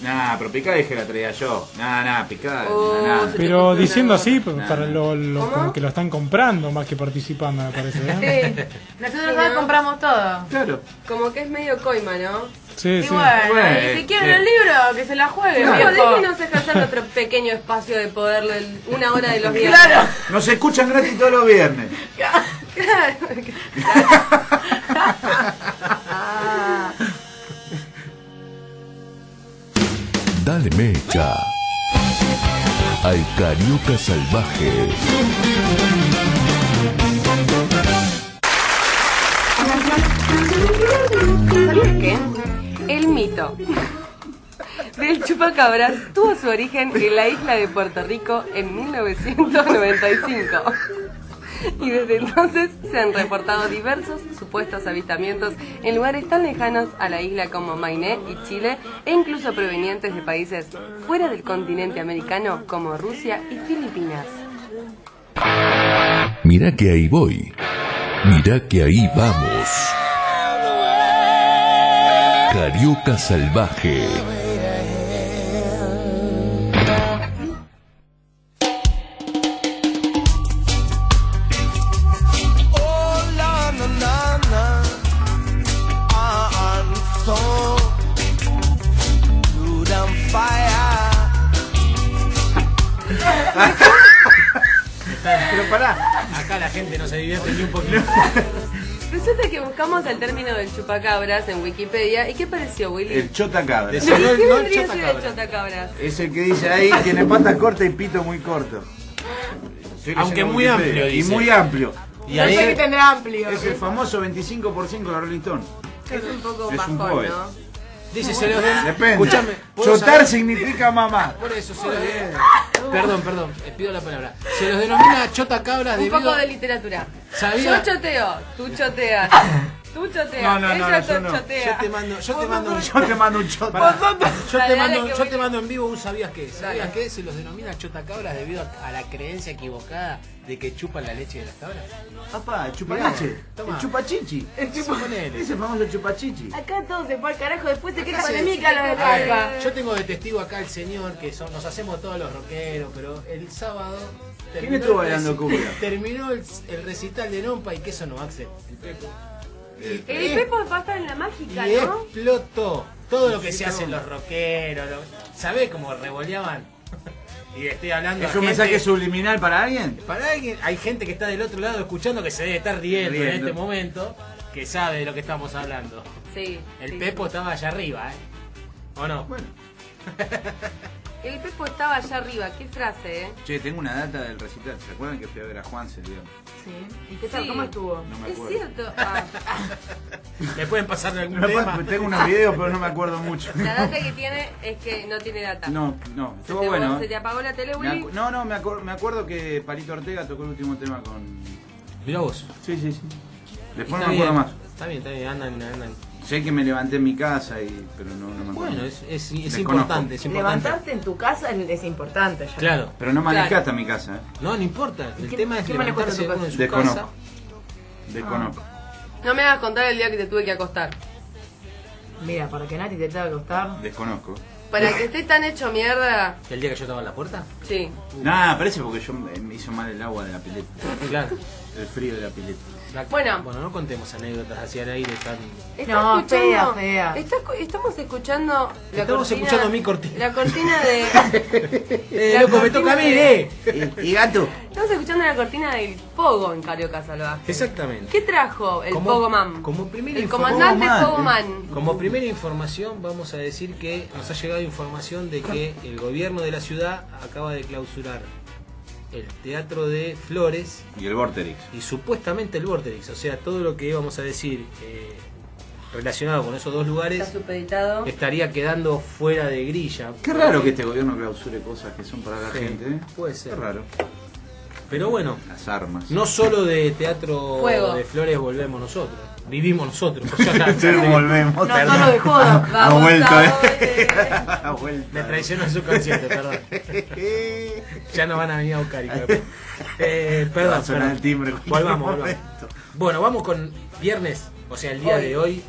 [SPEAKER 4] Nah, pero picada dije la traía yo. Nah, nah, picada.
[SPEAKER 3] Oh,
[SPEAKER 4] nah, nah.
[SPEAKER 3] se-
[SPEAKER 8] Pero diciendo así, pues,
[SPEAKER 4] Nah.
[SPEAKER 8] para lo, lo-
[SPEAKER 3] ¿Cómo?
[SPEAKER 8] como que lo están comprando más que participando, me parece. ¿eh?
[SPEAKER 3] Sí,
[SPEAKER 6] Nosotros
[SPEAKER 3] Sí,
[SPEAKER 6] no
[SPEAKER 3] ¿no?
[SPEAKER 6] compramos todo.
[SPEAKER 4] Claro.
[SPEAKER 3] como que es medio coima, ¿no?
[SPEAKER 8] Sí,
[SPEAKER 6] Y
[SPEAKER 8] sí.
[SPEAKER 6] bueno,
[SPEAKER 4] Bueno,
[SPEAKER 6] y si quieren
[SPEAKER 4] eh.
[SPEAKER 6] el libro, que se la jueguen.
[SPEAKER 3] Pero
[SPEAKER 6] viejo.
[SPEAKER 3] déjenos ejercer nuestro pequeño espacio de poder del- una hora de los viernes.
[SPEAKER 6] Claro.
[SPEAKER 4] Nos escuchan gratis todos los viernes.
[SPEAKER 1] Dale mecha al Carioca Salvaje.
[SPEAKER 3] ¿Sabías qué? El mito del chupacabras tuvo su origen en la isla de Puerto Rico en 1995. Y desde entonces se han reportado diversos supuestos avistamientos en lugares tan lejanos a la isla como Mainé y Chile, e incluso provenientes de países fuera del continente americano como Rusia y Filipinas.
[SPEAKER 1] Mirá que ahí voy. Mirá que ahí vamos. Carioca Salvaje.
[SPEAKER 2] Oh la na na na, Ah, I'm so good on fire.
[SPEAKER 4] Pero pará,
[SPEAKER 5] Acá la gente no se divierte ni un poquito.
[SPEAKER 3] Resulta que buscamos el término del chupacabras en Wikipedia y ¿qué pareció, Willy?
[SPEAKER 4] el chota cabra.
[SPEAKER 5] Decí-
[SPEAKER 3] ¿Qué
[SPEAKER 5] no, no,
[SPEAKER 3] vendría a ser el
[SPEAKER 5] chotacabras.
[SPEAKER 3] chotacabras?
[SPEAKER 4] Es el que dice ahí, tiene patas cortas y pito muy corto. Estoy leyendo
[SPEAKER 5] Aunque muy
[SPEAKER 4] Wikipedia.
[SPEAKER 5] amplio,
[SPEAKER 4] Y
[SPEAKER 5] dice.
[SPEAKER 4] muy amplio.
[SPEAKER 5] Y ahí,
[SPEAKER 7] que tendrá amplio.
[SPEAKER 4] Es el famoso 25% de Rolling Stone.
[SPEAKER 3] Es un poco
[SPEAKER 4] Es un
[SPEAKER 3] bajón,
[SPEAKER 4] pobre.
[SPEAKER 3] ¿no?
[SPEAKER 5] dice, se los den.
[SPEAKER 4] Depende.
[SPEAKER 5] Escuchame, ¿puedo
[SPEAKER 4] Chotar
[SPEAKER 5] saber?
[SPEAKER 4] significa mamá.
[SPEAKER 5] Por eso se los den. Perdón, perdón, eh, pido la palabra. Se los denomina chota cabras
[SPEAKER 3] Un
[SPEAKER 5] debido
[SPEAKER 3] poco de literatura. Yo
[SPEAKER 5] Sabía-
[SPEAKER 3] choteo, tú choteas. Tú choteas,
[SPEAKER 4] No, no, no,
[SPEAKER 3] ella
[SPEAKER 4] no,
[SPEAKER 3] to-
[SPEAKER 4] yo no.
[SPEAKER 5] Yo
[SPEAKER 3] chotea.
[SPEAKER 5] te mando, yo te mando, un-
[SPEAKER 4] Yo te mando un chota.
[SPEAKER 5] Pará. yo
[SPEAKER 3] Dale,
[SPEAKER 5] te
[SPEAKER 3] dale,
[SPEAKER 5] mando,
[SPEAKER 3] que
[SPEAKER 5] yo
[SPEAKER 3] voy.
[SPEAKER 5] te mando en vivo un sabías qué. ¿Sabías
[SPEAKER 3] Dale.
[SPEAKER 5] qué? Se los denomina chotacabras debido a, a la creencia equivocada de que chupan la leche de las cabras.
[SPEAKER 4] Papá, el chupanache.
[SPEAKER 5] Toma.
[SPEAKER 4] El chupachichi.
[SPEAKER 5] Ponele.
[SPEAKER 4] Ese famoso chupachichi.
[SPEAKER 6] Acá todo se fue al carajo, después se queja
[SPEAKER 5] se-
[SPEAKER 6] de mí que lo de
[SPEAKER 5] A ver,
[SPEAKER 6] Papa.
[SPEAKER 5] Eh, Yo tengo de testigo acá el señor, que son, nos hacemos todos los rockeros, pero el sábado...
[SPEAKER 4] ¿Quién
[SPEAKER 5] terminó
[SPEAKER 4] estuvo
[SPEAKER 5] el
[SPEAKER 4] bailando
[SPEAKER 5] reci-
[SPEAKER 4] cumbia?
[SPEAKER 5] Terminó el, el recital de Nompa y que eso no, Axel. El Pepo.
[SPEAKER 3] El Pepo pasa en la mágica,
[SPEAKER 5] Y
[SPEAKER 3] ¿no?
[SPEAKER 5] explotó todo lo que se hacen los rockeros. Lo, ¿Sabés cómo revoleaban? y estoy hablando
[SPEAKER 4] ¿Es
[SPEAKER 5] a
[SPEAKER 4] un
[SPEAKER 5] gente-
[SPEAKER 4] mensaje subliminal para alguien?
[SPEAKER 5] Para alguien, hay gente que está del otro lado escuchando que se debe estar riendo, en
[SPEAKER 4] Riendo.
[SPEAKER 5] este momento, que sabe de lo que estamos hablando.
[SPEAKER 3] Sí.
[SPEAKER 5] El
[SPEAKER 3] sí.
[SPEAKER 5] Pepo estaba allá arriba, ¿eh? ¿O no?
[SPEAKER 4] Bueno,
[SPEAKER 3] El Pepo estaba allá arriba, qué frase, ¿eh?
[SPEAKER 4] che, tengo una data del recital. ¿Se acuerdan que fui a ver a Juan se
[SPEAKER 6] Sí. ¿Y qué tal?
[SPEAKER 3] Sí.
[SPEAKER 6] ¿Cómo estuvo?
[SPEAKER 4] No me
[SPEAKER 3] Es
[SPEAKER 4] acuerdo.
[SPEAKER 3] cierto. Ah,
[SPEAKER 5] ¿Le pueden pasar algún
[SPEAKER 4] No,
[SPEAKER 5] tema?
[SPEAKER 4] pa- tengo unos videos, pero no me acuerdo mucho.
[SPEAKER 3] la data que tiene es que no tiene data.
[SPEAKER 4] No, no,
[SPEAKER 3] Se
[SPEAKER 4] estuvo
[SPEAKER 3] te,
[SPEAKER 4] bueno.
[SPEAKER 3] se te
[SPEAKER 4] ¿eh?
[SPEAKER 3] apagó la tele,
[SPEAKER 4] Me
[SPEAKER 3] Willy.
[SPEAKER 4] acu- no, no, me, acor- me acuerdo que Palito Ortega tocó el último tema con.
[SPEAKER 5] Mirá vos.
[SPEAKER 4] Sí, sí, sí.
[SPEAKER 5] Está
[SPEAKER 4] Después no me
[SPEAKER 5] bien,
[SPEAKER 4] acuerdo más.
[SPEAKER 5] Está bien, está bien, andan, andan.
[SPEAKER 4] Sé que me levanté en mi casa, y, pero no, no me acuerdo.
[SPEAKER 5] Bueno, es, es, es
[SPEAKER 4] Desconozco.
[SPEAKER 5] importante, es importante.
[SPEAKER 7] Levantarte en tu casa es importante ya.
[SPEAKER 5] Claro.
[SPEAKER 4] Pero no manejé
[SPEAKER 3] Claro.
[SPEAKER 4] hasta mi casa, ¿eh?
[SPEAKER 5] No, no importa. El
[SPEAKER 7] ¿Qué-
[SPEAKER 5] tema es
[SPEAKER 7] qué manejo
[SPEAKER 5] levantarse
[SPEAKER 7] te tocó?
[SPEAKER 5] uno en su
[SPEAKER 4] Desconozco.
[SPEAKER 5] casa.
[SPEAKER 4] Desconozco.
[SPEAKER 3] No me hagas contar el día que te tuve que acostar.
[SPEAKER 7] Mira, para que nadie te tenga que
[SPEAKER 3] Ah.
[SPEAKER 7] gustar.
[SPEAKER 4] Desconozco.
[SPEAKER 3] Para que esté tan hecho mierda,
[SPEAKER 5] ¿El día que yo estaba en la puerta?
[SPEAKER 3] sí.
[SPEAKER 4] Nah, parece porque yo me me hizo mal el agua de la pileta.
[SPEAKER 5] Claro.
[SPEAKER 4] El frío de la pileta.
[SPEAKER 5] La-
[SPEAKER 3] Bueno.
[SPEAKER 5] Bueno, no contemos anécdotas hacia el aire tan...
[SPEAKER 3] Está
[SPEAKER 7] No,
[SPEAKER 3] escuchando-
[SPEAKER 7] fea, fea.
[SPEAKER 3] está escu- estamos escuchando la
[SPEAKER 5] Estamos
[SPEAKER 3] cortina-
[SPEAKER 5] escuchando mi cortina.
[SPEAKER 3] La cortina de...
[SPEAKER 5] Eh,
[SPEAKER 3] La
[SPEAKER 5] loco, me
[SPEAKER 3] cortina
[SPEAKER 5] toca a mí,
[SPEAKER 3] de-
[SPEAKER 5] eh.
[SPEAKER 4] Y, gato.
[SPEAKER 3] Estamos escuchando la cortina del Pogo en Carioca Salvaje.
[SPEAKER 5] Exactamente.
[SPEAKER 3] ¿Qué trajo el
[SPEAKER 5] Como-
[SPEAKER 3] Pogoman?
[SPEAKER 5] como primera
[SPEAKER 3] El
[SPEAKER 5] info-
[SPEAKER 3] comandante
[SPEAKER 4] Pogoman, eh.
[SPEAKER 3] Pogoman.
[SPEAKER 5] Como primera información vamos a decir que nos ha llegado información de que el gobierno de la ciudad acaba de clausurar el Teatro de Flores
[SPEAKER 4] Y el Vorterix.
[SPEAKER 5] y supuestamente el Vorterix, o sea, todo lo que íbamos a decir eh, relacionado con esos dos
[SPEAKER 3] Está
[SPEAKER 5] lugares
[SPEAKER 3] supeditado.
[SPEAKER 5] estaría quedando fuera de grilla.
[SPEAKER 4] Qué raro que este gobierno clausure cosas que son para la
[SPEAKER 5] Sí,
[SPEAKER 4] gente, ¿eh?
[SPEAKER 5] puede ser.
[SPEAKER 4] Qué raro.
[SPEAKER 5] Pero bueno,
[SPEAKER 4] Las armas.
[SPEAKER 5] no solo de Teatro
[SPEAKER 3] Fuego.
[SPEAKER 5] de Flores volvemos nosotros, vivimos nosotros. o sea, la-
[SPEAKER 4] Sí, volvemos.
[SPEAKER 7] No solo de joda.
[SPEAKER 4] Ha vuelto,
[SPEAKER 3] eh.
[SPEAKER 4] ¿eh? Ha vuelto.
[SPEAKER 5] Me traicionó su concierto, perdón. Ya no van a venir a buscar, hijo de puta. Eh,
[SPEAKER 4] Va
[SPEAKER 5] perdón,
[SPEAKER 4] a sonar
[SPEAKER 5] perdón.
[SPEAKER 4] el timbre en cualquier
[SPEAKER 5] Volvamos, volvamos.
[SPEAKER 4] momento.
[SPEAKER 5] Bueno, vamos con viernes, o sea, el día de hoy.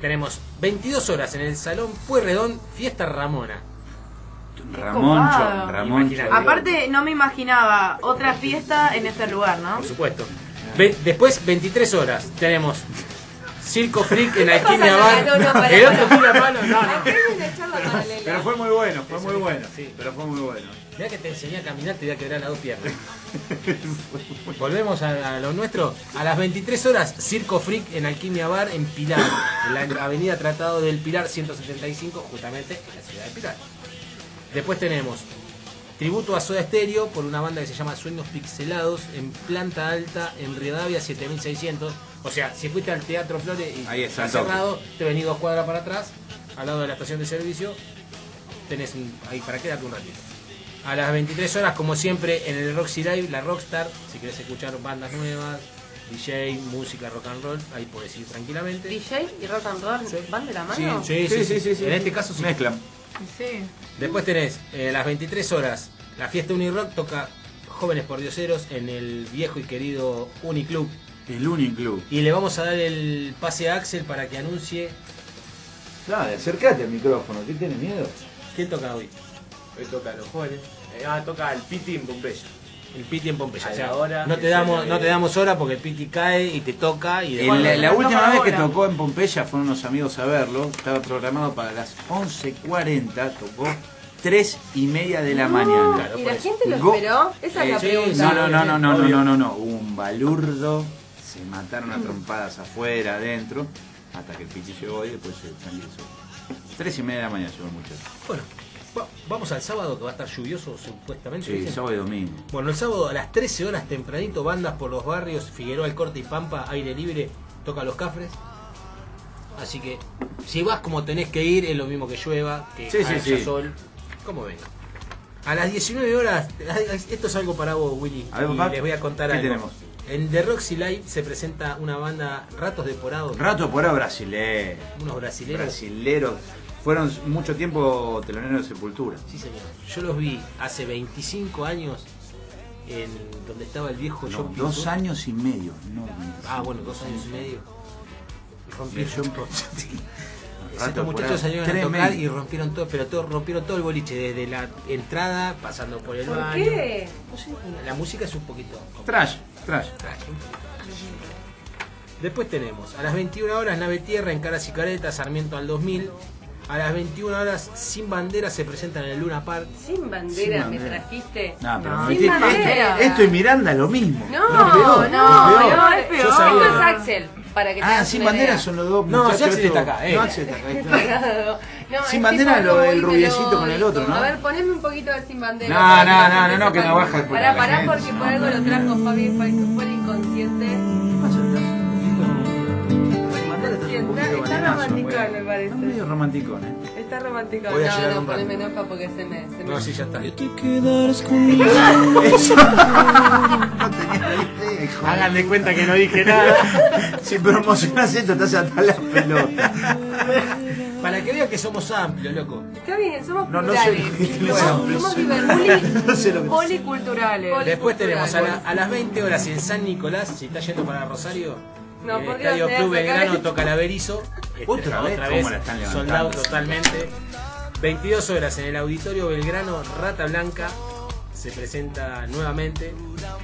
[SPEAKER 5] Tenemos 22 horas en el Salón Pueyrredón, Fiesta Ramona.
[SPEAKER 4] Ramoncho, Ramoncho.
[SPEAKER 5] Imagínate.
[SPEAKER 6] Aparte, no me imaginaba otra fiesta en este lugar, ¿no?
[SPEAKER 5] Por supuesto. Ve- después, 23 horas, tenemos Circo Freak en la esquina de
[SPEAKER 3] Pásame la
[SPEAKER 5] Aval.
[SPEAKER 3] mano, para,
[SPEAKER 5] El otro
[SPEAKER 3] para.
[SPEAKER 5] tira mano, no, no.
[SPEAKER 3] Acá hay una charla paralela.
[SPEAKER 4] Pero fue muy bueno, fue muy bueno.
[SPEAKER 5] Sí.
[SPEAKER 4] Pero fue muy bueno.
[SPEAKER 5] Mirá que te enseñé a caminar, te voy a quebrar las dos piernas. Volvemos a, a lo nuestro. A las 23 horas, Circo Freak en Alquimia Bar en Pilar, en la avenida Tratado del Pilar 175, justamente en la ciudad de Pilar. Después tenemos tributo a Soda Stereo por una banda que se llama Sueños Pixelados en planta alta en Rivadavia 7600. O sea, si fuiste al Teatro Flores y
[SPEAKER 4] Ahí está,
[SPEAKER 5] está cerrado, te venís dos cuadras para atrás, al lado de la estación de servicio, tenés un- ahí para quedarte un ratito. a las 23 horas, como siempre, en el Roxy Live, la Rockstar. Si querés escuchar bandas nuevas, DJ, música, rock and roll, ahí podés ir tranquilamente.
[SPEAKER 3] DJ y rock and roll van de la mano.
[SPEAKER 5] Sí, sí, sí, sí, En este caso sí.
[SPEAKER 4] Mezclan.
[SPEAKER 6] Sí.
[SPEAKER 5] Después tenés eh, las 23 horas. La fiesta Unirock toca Jóvenes por Dioseros en el viejo y querido Uniclub.
[SPEAKER 4] El Uniclub.
[SPEAKER 5] Y le vamos a dar el pase a Axel para que anuncie
[SPEAKER 4] Dale, acércate al micrófono, ¿qué tienes miedo?
[SPEAKER 5] quién toca hoy.
[SPEAKER 9] Hoy toca a los jóvenes. Eh, ah, toca el Piti en Pompeya.
[SPEAKER 5] El Piti en Pompeya.
[SPEAKER 9] A
[SPEAKER 5] O sea,
[SPEAKER 9] la hora
[SPEAKER 5] no,
[SPEAKER 9] que
[SPEAKER 5] te damos,
[SPEAKER 9] sale
[SPEAKER 5] no te
[SPEAKER 9] de-
[SPEAKER 5] damos hora porque el Piti cae y te toca. y
[SPEAKER 4] El-
[SPEAKER 5] después-
[SPEAKER 4] la la
[SPEAKER 6] Bueno,
[SPEAKER 4] última
[SPEAKER 6] toca
[SPEAKER 4] vez que
[SPEAKER 6] ahora.
[SPEAKER 4] tocó en Pompeya fueron unos amigos a verlo, estaba programado para las 11.40, tocó 3 y media de la mañana.
[SPEAKER 5] Claro,
[SPEAKER 3] Ah, ¿Y
[SPEAKER 5] por
[SPEAKER 3] la
[SPEAKER 5] eso.
[SPEAKER 3] gente lo
[SPEAKER 4] Go-
[SPEAKER 3] esperó? Esa es la
[SPEAKER 5] Sí,
[SPEAKER 3] pregunta.
[SPEAKER 4] No, no, no, no, no, no,
[SPEAKER 9] Obvio.
[SPEAKER 4] no, no, no, hubo un balurdo, se mataron a trompadas afuera, adentro, hasta que el pichi llegó y después se tranquilizó. 3 y media de la mañana llegó el muchacho.
[SPEAKER 5] Bueno, va- vamos al sábado que va a estar lluvioso supuestamente.
[SPEAKER 4] Sí,
[SPEAKER 5] dicen.
[SPEAKER 4] sábado y domingo.
[SPEAKER 5] Bueno, el sábado a las 13 horas tempranito, bandas por los barrios, Figueroa, El Corte y Pampa, aire libre, toca los cafres. Así que si vas como tenés que ir, es lo mismo que llueva, que
[SPEAKER 4] Sí, sí,
[SPEAKER 5] haya
[SPEAKER 4] sí.
[SPEAKER 5] sol, como venga. A las 19 horas, esto es algo para vos, Willy.
[SPEAKER 4] A ver,
[SPEAKER 5] y
[SPEAKER 4] papá,
[SPEAKER 5] les voy a contar
[SPEAKER 4] ¿qué
[SPEAKER 5] algo.
[SPEAKER 4] tenemos?
[SPEAKER 5] En The Roxy Live se presenta una banda Ratos Deporados,
[SPEAKER 4] Rato por ahora brasileño.
[SPEAKER 5] unos brasileños.
[SPEAKER 4] Brasileros. Fueron mucho tiempo teloneros de Sepultura.
[SPEAKER 5] Sí, señor. Yo los vi hace 25 años en donde estaba el viejo
[SPEAKER 4] No,
[SPEAKER 5] John
[SPEAKER 4] dos
[SPEAKER 5] Pinto.
[SPEAKER 4] años y medio. No,
[SPEAKER 5] Ah, bueno, dos años y medio.
[SPEAKER 4] Bien,
[SPEAKER 5] Rompieron
[SPEAKER 4] John
[SPEAKER 5] todo.
[SPEAKER 4] Rato
[SPEAKER 5] Estos muchachos
[SPEAKER 4] apurado.
[SPEAKER 5] salieron a
[SPEAKER 4] Tremendo.
[SPEAKER 5] tocar y rompieron todo, pero todo, rompieron todo el boliche, desde la entrada, pasando por el
[SPEAKER 3] ¿Por
[SPEAKER 5] baño.
[SPEAKER 3] qué?
[SPEAKER 5] No sé, La música es un poquito
[SPEAKER 4] Trash, trash.
[SPEAKER 5] traje. Después tenemos a las 21 horas Nave Tierra en Caras y Caretas, Sarmiento al 2000. A las 21 horas Sin Bandera se presentan en el Luna Park.
[SPEAKER 3] Sin bandera
[SPEAKER 4] Sin
[SPEAKER 3] me
[SPEAKER 4] bandera.
[SPEAKER 3] trajiste.
[SPEAKER 4] Nah, pero me
[SPEAKER 7] No.
[SPEAKER 3] Ah, Sin
[SPEAKER 4] metiste-
[SPEAKER 3] bandera.
[SPEAKER 4] esto, esto y Miranda lo mismo.
[SPEAKER 3] No,
[SPEAKER 4] Lo peor,
[SPEAKER 3] no,
[SPEAKER 4] lo peor.
[SPEAKER 3] no,
[SPEAKER 6] es peor.
[SPEAKER 5] Yo
[SPEAKER 3] Esto
[SPEAKER 5] sabía.
[SPEAKER 3] es Axel, para que te
[SPEAKER 4] Ah,
[SPEAKER 3] hagas
[SPEAKER 4] sin
[SPEAKER 3] una
[SPEAKER 4] bandera
[SPEAKER 3] idea.
[SPEAKER 4] son los dos
[SPEAKER 5] No,
[SPEAKER 4] muchachos.
[SPEAKER 5] si Axel
[SPEAKER 4] estos-
[SPEAKER 5] está acá, eh.
[SPEAKER 4] No, Axel está acá, ahí está.
[SPEAKER 3] Cagado. No,
[SPEAKER 4] Sin
[SPEAKER 3] es
[SPEAKER 4] bandera
[SPEAKER 3] tipo
[SPEAKER 4] lo-
[SPEAKER 3] muy
[SPEAKER 4] el rubiecito con el
[SPEAKER 3] melódico.
[SPEAKER 4] otro, ¿no?
[SPEAKER 3] A ver, poneme un poquito de sin bandera.
[SPEAKER 4] No,
[SPEAKER 3] para
[SPEAKER 4] no,
[SPEAKER 3] que
[SPEAKER 4] no,
[SPEAKER 3] se
[SPEAKER 4] no, no, que
[SPEAKER 3] sepa.
[SPEAKER 4] no baja el
[SPEAKER 3] Pará,
[SPEAKER 4] puto,
[SPEAKER 3] pará,
[SPEAKER 4] la
[SPEAKER 3] porque
[SPEAKER 4] gente.
[SPEAKER 3] por algo lo trajo Fabi, fue fue el inconsciente.
[SPEAKER 4] Sin bandera está
[SPEAKER 3] Sí,
[SPEAKER 4] un
[SPEAKER 3] está-
[SPEAKER 4] poquito
[SPEAKER 3] está
[SPEAKER 4] bananazo,
[SPEAKER 3] romanticón,
[SPEAKER 4] güey.
[SPEAKER 3] me parece.
[SPEAKER 4] Está medio romanticón, eh.
[SPEAKER 3] Está romántico.
[SPEAKER 4] Voy a
[SPEAKER 3] No,
[SPEAKER 4] llorar
[SPEAKER 3] no,
[SPEAKER 4] un rato.
[SPEAKER 3] poneme enoja porque se me. Se me...
[SPEAKER 5] No, sí, ya está.
[SPEAKER 9] Háganle cuenta que no dije nada.
[SPEAKER 4] Si promocionas esto, estás hasta la pelota.
[SPEAKER 5] Para que vean que somos amplios, loco.
[SPEAKER 3] Está bien, somos
[SPEAKER 4] No, no sé
[SPEAKER 3] plurales.
[SPEAKER 4] lo que tiene
[SPEAKER 3] Somos-
[SPEAKER 4] esa
[SPEAKER 3] somos
[SPEAKER 4] presión.
[SPEAKER 3] diversos.
[SPEAKER 4] No sé lo que
[SPEAKER 7] Policulturales.
[SPEAKER 3] Poli-
[SPEAKER 5] Después tenemos a, la- a las 20 horas en San Nicolás, si está yendo para Rosario,
[SPEAKER 3] No,
[SPEAKER 5] en el
[SPEAKER 3] por Dios,
[SPEAKER 5] Estadio
[SPEAKER 3] me
[SPEAKER 5] Club
[SPEAKER 3] vas a sacar
[SPEAKER 5] Belgrano
[SPEAKER 3] esto.
[SPEAKER 5] toca la Berizo.
[SPEAKER 4] Otra vez,
[SPEAKER 5] otra
[SPEAKER 4] Este, ¿cómo
[SPEAKER 5] vez
[SPEAKER 4] la están levantando?
[SPEAKER 5] soldado totalmente. 22 horas en el Auditorio Belgrano, Rata Blanca se presenta nuevamente.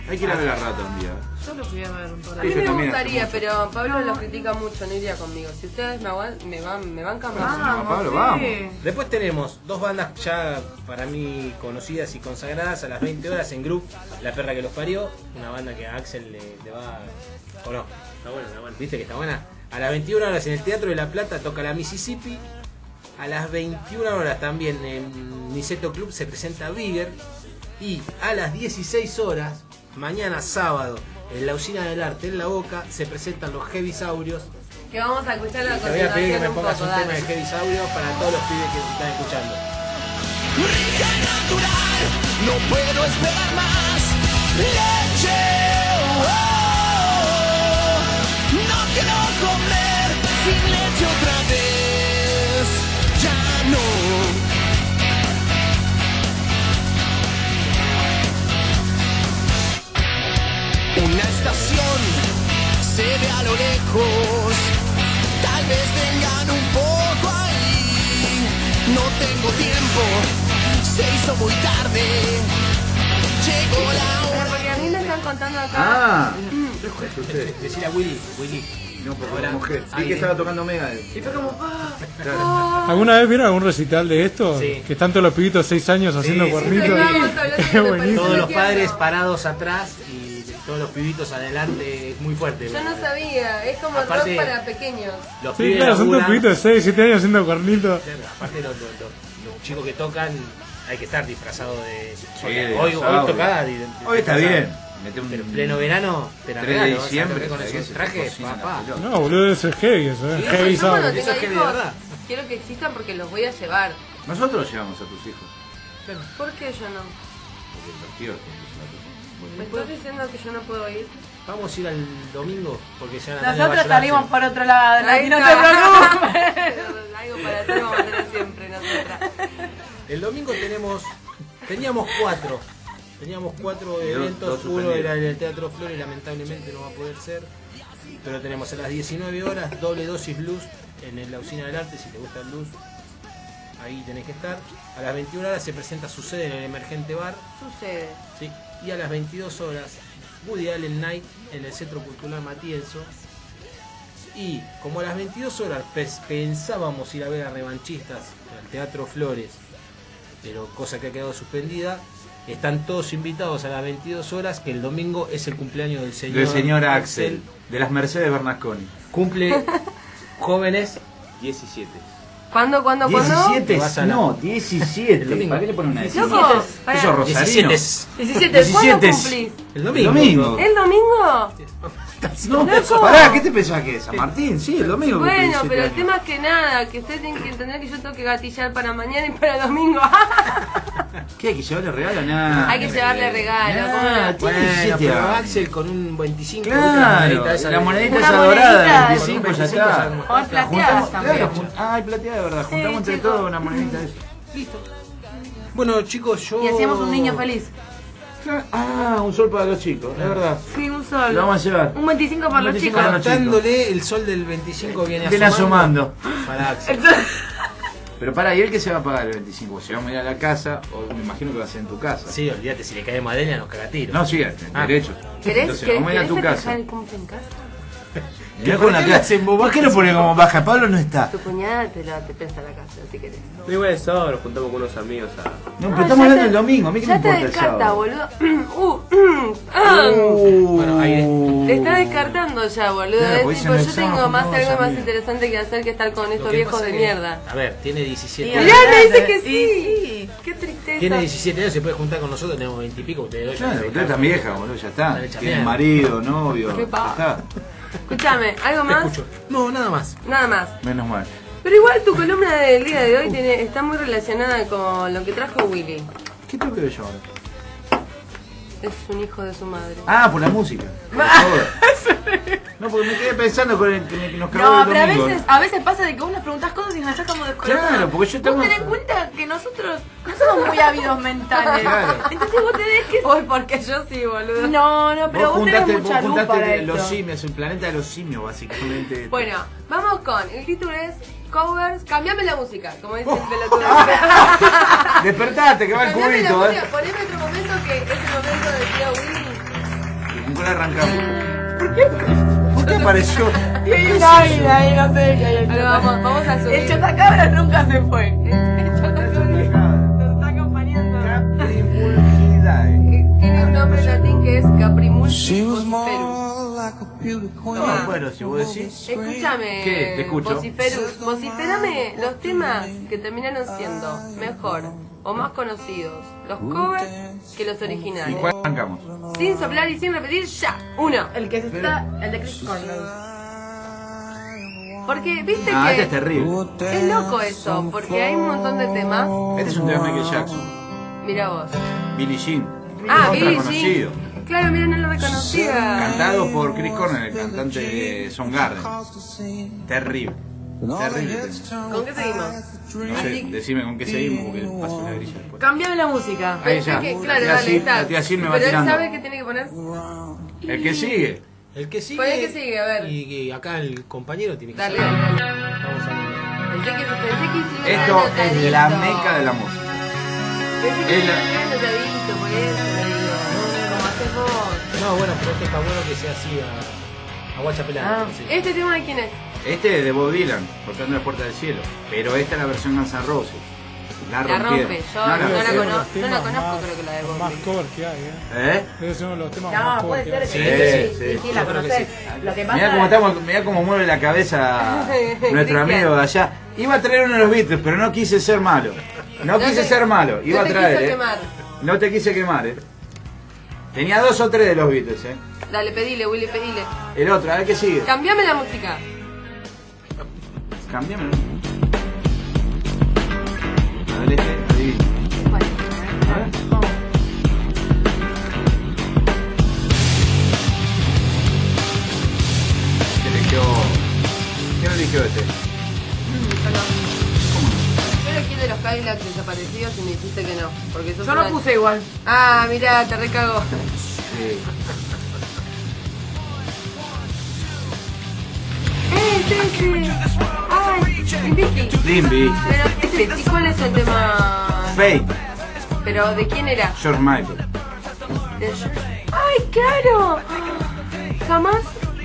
[SPEAKER 4] Hay que ir a ver a rato un día.
[SPEAKER 7] Yo lo fui a ver un par
[SPEAKER 3] A
[SPEAKER 7] de
[SPEAKER 3] mí
[SPEAKER 4] Sí, yo
[SPEAKER 3] me
[SPEAKER 4] también
[SPEAKER 3] gustaría,
[SPEAKER 4] hace
[SPEAKER 3] pero Pablo los critica mucho, no iría conmigo. Si ustedes me, aguan- me, van, me bancan más.
[SPEAKER 4] Ah, Pablo, vamos.
[SPEAKER 5] Después tenemos dos bandas ya para mí conocidas y consagradas a las 20 horas en Group, La Perra que los parió, una banda que a Axel le, le va... ¿O no? Está buena, está buena. ¿Viste que está buena? A las 21 horas en el Teatro de La Plata toca la Mississippi. A las 21 horas también en Niceto Club se presenta Bigger. Y a las 16 horas, mañana sábado, en la Usina del Arte, en La Boca, se presentan los Heavy Saurios.
[SPEAKER 3] Que vamos a escuchar la
[SPEAKER 5] Te voy a pedir que
[SPEAKER 3] continuación
[SPEAKER 5] me
[SPEAKER 3] un
[SPEAKER 5] pongas
[SPEAKER 3] poco,
[SPEAKER 5] un tema de
[SPEAKER 3] dale.
[SPEAKER 5] Heavy Saurio para todos los pibes que están escuchando.
[SPEAKER 2] No puedo esperar más. Leche, oh, no quiero comer sin leche otra vez. Ya no. Una estación se ve a lo lejos. Tal vez vengan un poco ahí. No tengo tiempo. Se hizo muy tarde. Llegó la hora.
[SPEAKER 3] Pero Porque a mí me están contando acá.
[SPEAKER 4] Ah,
[SPEAKER 5] Decir a Willy, Willy.
[SPEAKER 4] no, porque
[SPEAKER 5] Ahora,
[SPEAKER 4] la mujer. Vi
[SPEAKER 5] ahí
[SPEAKER 4] que
[SPEAKER 5] viene.
[SPEAKER 4] estaba tocando Mega.
[SPEAKER 8] ¿Alguna vez vieron algún recital de esto?
[SPEAKER 5] Sí.
[SPEAKER 8] Que están todos los pibitos de 6 años haciendo
[SPEAKER 5] sí,
[SPEAKER 8] cuernitos.
[SPEAKER 3] sí, sí.
[SPEAKER 8] Es buenísimo.
[SPEAKER 5] Todos los
[SPEAKER 3] Entiendo.
[SPEAKER 5] padres parados atrás y todos los pibitos adelante, es muy fuerte.
[SPEAKER 3] Yo no sabía, es como
[SPEAKER 5] Aparte-
[SPEAKER 3] rock para pequeños.
[SPEAKER 5] Los
[SPEAKER 8] Sí,
[SPEAKER 5] pibes
[SPEAKER 8] claro, son todos
[SPEAKER 5] laburan,
[SPEAKER 8] pibitos de 6, 7 años haciendo cuernitos.
[SPEAKER 5] Aparte los, los- los- los chicos que tocan, hay que estar disfrazados de...
[SPEAKER 4] de
[SPEAKER 5] hoy, hoy
[SPEAKER 4] dinosaurio.
[SPEAKER 5] tocaba di-
[SPEAKER 4] Hoy está
[SPEAKER 5] disfrazado.
[SPEAKER 4] bien. Mete un
[SPEAKER 5] Pero en pleno verano, te la
[SPEAKER 4] 3 de
[SPEAKER 5] regalo, vas a
[SPEAKER 4] diciembre.
[SPEAKER 5] correr con
[SPEAKER 4] ¿sabés?
[SPEAKER 5] esos
[SPEAKER 4] Se
[SPEAKER 5] trajes,
[SPEAKER 4] cocina la
[SPEAKER 5] papá.
[SPEAKER 4] pelota.
[SPEAKER 8] No, boludo, eso es heavy, eso es heavy
[SPEAKER 3] pues, Yo cuando
[SPEAKER 5] Eso
[SPEAKER 8] sound.
[SPEAKER 5] es
[SPEAKER 3] tenga
[SPEAKER 5] heavy,
[SPEAKER 3] hijos,
[SPEAKER 5] ¿verdad?
[SPEAKER 3] quiero que existan porque los voy a llevar.
[SPEAKER 4] Nosotros llevamos a tus hijos.
[SPEAKER 3] ¿Por qué yo no?
[SPEAKER 4] divertido. es
[SPEAKER 3] ¿Me estás diciendo que yo no puedo ir?
[SPEAKER 5] Vamos a ir al domingo porque ya Natalia va a
[SPEAKER 6] Nosotros
[SPEAKER 5] llorar,
[SPEAKER 6] salimos
[SPEAKER 5] sí.
[SPEAKER 6] por otro lado, Nati,
[SPEAKER 3] Ahí
[SPEAKER 6] no te
[SPEAKER 3] está.
[SPEAKER 6] preocupes.
[SPEAKER 3] Pero Algo para hacer vamos a tener siempre nosotras.
[SPEAKER 5] El domingo tenemos. Teníamos cuatro. Teníamos cuatro
[SPEAKER 4] Y dos-
[SPEAKER 5] eventos.
[SPEAKER 4] dos
[SPEAKER 5] Uno
[SPEAKER 4] suspendidos.
[SPEAKER 5] era en el Teatro Flor y lamentablemente no va a poder ser. Pero tenemos a las 19 horas doble dosis blues en el- la usina del arte. Si te gusta el blues, ahí tenés que estar. A las 21 horas se presenta su sede en el Emergente Bar.
[SPEAKER 3] Sucede.
[SPEAKER 5] ¿sí? Y a las 22 horas, Woody Allen Night en el Centro Cultural Matienzo. Y como a las 22 horas pes- pensábamos ir a ver a revanchistas al Teatro Flores, pero cosa que ha quedado suspendida, están todos invitados a las 22 horas, que el domingo es el cumpleaños del señor,
[SPEAKER 4] Del señor Axel, de las Mercedes Bernasconi.
[SPEAKER 5] Cumple jóvenes
[SPEAKER 9] 17.
[SPEAKER 3] ¿Cuándo, cuándo, cuándo?
[SPEAKER 4] 17,
[SPEAKER 5] Vas a la-
[SPEAKER 4] no,
[SPEAKER 5] El
[SPEAKER 4] 17.
[SPEAKER 5] domingo.
[SPEAKER 4] ¿Para qué le ponen una 17?
[SPEAKER 3] Loco, pará.
[SPEAKER 4] Eso es rosarino.
[SPEAKER 5] 17.
[SPEAKER 3] 17, ¿cuándo
[SPEAKER 4] 17.
[SPEAKER 3] cumplís?
[SPEAKER 5] El
[SPEAKER 4] El
[SPEAKER 5] domingo.
[SPEAKER 4] domingo.
[SPEAKER 3] ¿El domingo?
[SPEAKER 4] No,
[SPEAKER 3] Loco.
[SPEAKER 4] pará, ¿qué te pensás que es? San Martín, sí, el domingo. cumple
[SPEAKER 3] Bueno,
[SPEAKER 4] 17
[SPEAKER 3] pero el
[SPEAKER 4] años.
[SPEAKER 3] tema es que nada, que ustedes tienen que entender que yo tengo que gatillar para mañana y para el domingo.
[SPEAKER 4] ¿Qué hay que llevarle regalo? Nada.
[SPEAKER 3] Hay que llevarle regalo, ¿cómo no?
[SPEAKER 4] Tiene
[SPEAKER 5] Bueno,
[SPEAKER 4] 17
[SPEAKER 5] pero
[SPEAKER 4] años.
[SPEAKER 5] Ah, Axel con un 25.
[SPEAKER 4] Claro,
[SPEAKER 5] otra monedita esa
[SPEAKER 4] la
[SPEAKER 5] de-
[SPEAKER 4] monedita
[SPEAKER 6] Una
[SPEAKER 4] esa dorada,
[SPEAKER 6] monedita,
[SPEAKER 4] del 25 ya está.
[SPEAKER 6] O en plateadas
[SPEAKER 4] Juntamos,
[SPEAKER 6] también.
[SPEAKER 4] claro, jun- ah, hay plateada de verdad, juntamos entre
[SPEAKER 6] chicos.
[SPEAKER 4] todos una monedita de eso.
[SPEAKER 5] Bueno, chicos, yo.
[SPEAKER 6] Y hacíamos un niño feliz.
[SPEAKER 4] Ah, un sol para los chicos, es verdad.
[SPEAKER 6] Sí, un sol.
[SPEAKER 4] Lo vamos a llevar.
[SPEAKER 6] Un 25 para
[SPEAKER 4] Un
[SPEAKER 6] los
[SPEAKER 4] 25
[SPEAKER 6] chicos.
[SPEAKER 4] para los
[SPEAKER 5] Cortándole el sol del 25 viene
[SPEAKER 4] Eh, Viene asomando.
[SPEAKER 5] Para Axel.
[SPEAKER 4] Pero para, ¿y él que se va a pagar el 25? ¿Se va a ir a la casa? O me imagino que va a ser en tu casa.
[SPEAKER 5] Sí, olvídate, si le cae madera nos caga tiro.
[SPEAKER 4] No, sí,
[SPEAKER 5] Ah.
[SPEAKER 4] derecho.
[SPEAKER 3] ¿Querés,
[SPEAKER 4] Entonces, vamos a ir a tu
[SPEAKER 3] festejar
[SPEAKER 4] casa.
[SPEAKER 3] el cumple en casa?
[SPEAKER 4] Mirá con la cara. ¿Por qué lo pone como baja? Pablo no está.
[SPEAKER 3] Tu cuñada te, la, te presta la casa, así querés.
[SPEAKER 9] No igual el sábado nos juntamos con unos amigos a.
[SPEAKER 4] No,
[SPEAKER 3] Ah,
[SPEAKER 4] pero
[SPEAKER 3] ya
[SPEAKER 4] estamos hablando
[SPEAKER 3] te-
[SPEAKER 4] el domingo, a mí que me
[SPEAKER 3] Ya te
[SPEAKER 4] importa el
[SPEAKER 3] descarta,
[SPEAKER 4] sábado. Uh.
[SPEAKER 3] boludo. Uh, ah.
[SPEAKER 5] Bueno, aire.
[SPEAKER 3] Te está descartando ya, boludo.
[SPEAKER 4] Claro, porque
[SPEAKER 3] es tipo,
[SPEAKER 4] dicen
[SPEAKER 3] yo
[SPEAKER 4] el
[SPEAKER 3] tengo
[SPEAKER 4] sábado,
[SPEAKER 3] más
[SPEAKER 4] no,
[SPEAKER 3] algo
[SPEAKER 4] ya
[SPEAKER 3] más
[SPEAKER 4] mira.
[SPEAKER 3] interesante que hacer que estar con
[SPEAKER 5] Lo
[SPEAKER 3] estos
[SPEAKER 5] que
[SPEAKER 3] viejos
[SPEAKER 5] pasa
[SPEAKER 3] de
[SPEAKER 5] que-
[SPEAKER 3] mierda.
[SPEAKER 5] A ver, tiene
[SPEAKER 6] Y
[SPEAKER 5] 17
[SPEAKER 3] Mirá,
[SPEAKER 5] años.
[SPEAKER 3] me dice que
[SPEAKER 6] Y
[SPEAKER 3] sí. Qué tristeza.
[SPEAKER 5] Tiene 17 años, se puede juntar con nosotros, tenemos 20 y pico, ustedes dos ya
[SPEAKER 4] Claro,
[SPEAKER 5] se
[SPEAKER 4] usted está
[SPEAKER 5] dejaron.
[SPEAKER 4] vieja, boludo, ya está.
[SPEAKER 5] Dale, chamea.
[SPEAKER 4] Tiene marido, novio,
[SPEAKER 3] Qué
[SPEAKER 4] ya
[SPEAKER 3] pa-
[SPEAKER 4] está.
[SPEAKER 3] Escúchame, ¿algo
[SPEAKER 5] Te
[SPEAKER 3] más?
[SPEAKER 5] escucho. No, nada más.
[SPEAKER 3] Nada más.
[SPEAKER 4] Menos mal.
[SPEAKER 3] Pero igual tu columna del día de hoy tiene, está muy relacionada con lo que trajo Willy.
[SPEAKER 4] ¿Qué tengo que ver yo ahora?
[SPEAKER 3] Es un hijo de su madre.
[SPEAKER 4] Ah, por la música. Por favor. No, porque me quedé pensando con el que me- que nos cagó
[SPEAKER 6] No,
[SPEAKER 4] el
[SPEAKER 6] pero a
[SPEAKER 4] domingo.
[SPEAKER 6] veces, a veces pasa de que vos nos preguntás cosas y nos sacamos como descolocados.
[SPEAKER 4] Claro, porque yo estaba-
[SPEAKER 6] Vos tenés en cuenta que nosotros no somos muy ávidos mentales.
[SPEAKER 4] Claro.
[SPEAKER 6] Entonces vos tenés que...
[SPEAKER 3] Hoy porque yo sí, boludo.
[SPEAKER 6] No, no, pero
[SPEAKER 4] vos
[SPEAKER 6] vos,
[SPEAKER 4] juntaste,
[SPEAKER 6] tenés
[SPEAKER 4] vos
[SPEAKER 6] mucha luz para
[SPEAKER 4] juntaste
[SPEAKER 6] esto.
[SPEAKER 4] los simios, el planeta de los simios, básicamente.
[SPEAKER 3] Bueno, vamos con. El título es Covers. Cambiame la música, como dice el pelotudo.
[SPEAKER 4] Despertate, que va el
[SPEAKER 3] Cambiame la
[SPEAKER 4] cubito, eh.
[SPEAKER 3] música, poneme otro momento que es el momento de tío Willy.
[SPEAKER 4] Y con cuál arrancamos. ¿Por qué apareció?
[SPEAKER 6] Y hay un águila ahí, no sé qué hay. ahí.
[SPEAKER 3] Ahora vamos, vamos a subir.
[SPEAKER 6] El chotacabras nunca se fue. Nos está acompañando.
[SPEAKER 4] Caprimulgidae.
[SPEAKER 3] Tiene un nombre latín que es Caprimulus vociferus.
[SPEAKER 4] No, bueno, si vos decís.
[SPEAKER 3] Escúchame.
[SPEAKER 4] ¿Qué? Te escucho.
[SPEAKER 3] Vociferus. Vociferame los temas que terminaron siendo mejor o más conocidos. Los covers que los
[SPEAKER 4] ¿Y
[SPEAKER 3] originales.
[SPEAKER 4] cuál arrancamos?
[SPEAKER 3] Sin soplar y sin repetir, ya. Uno.
[SPEAKER 6] El que se está... El de Chris Cornell.
[SPEAKER 3] Porque viste
[SPEAKER 4] Ah, este es
[SPEAKER 3] que.
[SPEAKER 4] terrible.
[SPEAKER 3] Es loco eso, porque hay un montón de temas.
[SPEAKER 4] Este es un tema de Michael Jackson.
[SPEAKER 3] Mira vos.
[SPEAKER 4] Billie Jean.
[SPEAKER 3] Ah,
[SPEAKER 4] Otro
[SPEAKER 3] Billie
[SPEAKER 4] conocido.
[SPEAKER 3] Jean. Claro, mira, no lo reconocía.
[SPEAKER 4] Cantado por Chris Cornell, el cantante de Soundgarden. Terrible. Terrible. tema.
[SPEAKER 3] ¿Con qué seguimos?
[SPEAKER 4] No sé, decime con qué seguimos porque paso una grilla después.
[SPEAKER 6] Cambiame la música.
[SPEAKER 4] Ahí
[SPEAKER 3] Pensé
[SPEAKER 4] ya.
[SPEAKER 3] que-
[SPEAKER 4] La
[SPEAKER 3] claro,
[SPEAKER 4] tía
[SPEAKER 3] dale,
[SPEAKER 4] Sil-
[SPEAKER 3] está.
[SPEAKER 4] la tía Sil me va
[SPEAKER 3] Pero él
[SPEAKER 4] tirando.
[SPEAKER 3] sabe que tiene que poner.
[SPEAKER 4] El que sigue.
[SPEAKER 5] El que sigue.
[SPEAKER 3] Ponle Pues que sigue, a ver.
[SPEAKER 5] Y, y acá el compañero tiene que
[SPEAKER 3] Dale,
[SPEAKER 5] sacar.
[SPEAKER 3] dale, dale.
[SPEAKER 5] Vamos a
[SPEAKER 3] Pensé que, pensé que hicieron
[SPEAKER 4] Esto es la meca de la música.
[SPEAKER 3] Pensé que
[SPEAKER 4] es la-
[SPEAKER 3] hicieron anotadito, por eso, digo. Como haces vos.
[SPEAKER 5] No, bueno, pero este está bueno que sea así a, a guachapelada. sí.
[SPEAKER 3] ¿Este tema de quién es?
[SPEAKER 4] Este es de Bob Dylan, Cortando la puerta del cielo. Pero esta es la versión Guns N' Roses. La,
[SPEAKER 3] La
[SPEAKER 4] rompieron.
[SPEAKER 3] rompe. Yo
[SPEAKER 4] No,
[SPEAKER 3] no, la
[SPEAKER 4] rompieron.
[SPEAKER 3] conozco, no la conozco, creo que la de
[SPEAKER 8] Más
[SPEAKER 3] Bob.
[SPEAKER 8] cover que hay, eh.
[SPEAKER 4] ¿Eh?
[SPEAKER 8] Debe ser uno de los temas
[SPEAKER 6] No,
[SPEAKER 8] más
[SPEAKER 6] puede
[SPEAKER 8] cover que
[SPEAKER 6] ser
[SPEAKER 8] hay.
[SPEAKER 6] que
[SPEAKER 4] Sí, sí,
[SPEAKER 6] sí, la conocés. Lo que
[SPEAKER 4] Mirá cómo,
[SPEAKER 6] pasa
[SPEAKER 4] estamos, mirá cómo mueve la cabeza nuestro
[SPEAKER 3] Cristian.
[SPEAKER 4] amigo de allá. Iba a traer uno de los Beatles, pero no quise ser malo.
[SPEAKER 3] No
[SPEAKER 4] No quise
[SPEAKER 3] te-
[SPEAKER 4] ser malo, iba
[SPEAKER 3] no
[SPEAKER 4] a
[SPEAKER 3] te
[SPEAKER 4] traer.
[SPEAKER 3] quiso
[SPEAKER 4] eh.
[SPEAKER 3] quemar.
[SPEAKER 4] No te quise quemar, eh. Tenía dos o tres de los Beatles, eh.
[SPEAKER 3] Dale, pedile, Willy, pedile.
[SPEAKER 4] El otro, a ver qué sigue.
[SPEAKER 3] Cambiame la música.
[SPEAKER 4] Cambiame. A ver este, adivina.
[SPEAKER 3] ¿Cuál?
[SPEAKER 4] A ver. este?
[SPEAKER 3] y me dijiste que no. Porque sos
[SPEAKER 7] Yo no
[SPEAKER 3] una-
[SPEAKER 7] puse igual.
[SPEAKER 3] Ah, mirá, te recago.
[SPEAKER 4] Sí.
[SPEAKER 3] ¡Eh, ese! ¡Ay! Invicti.
[SPEAKER 4] Limbi,
[SPEAKER 3] Pero, ¿qué es este? ¿Cuál es el tema?
[SPEAKER 4] Fake,
[SPEAKER 3] ¿Pero de quién era?
[SPEAKER 4] George Michael.
[SPEAKER 3] De- ¡Ay, claro! Jamás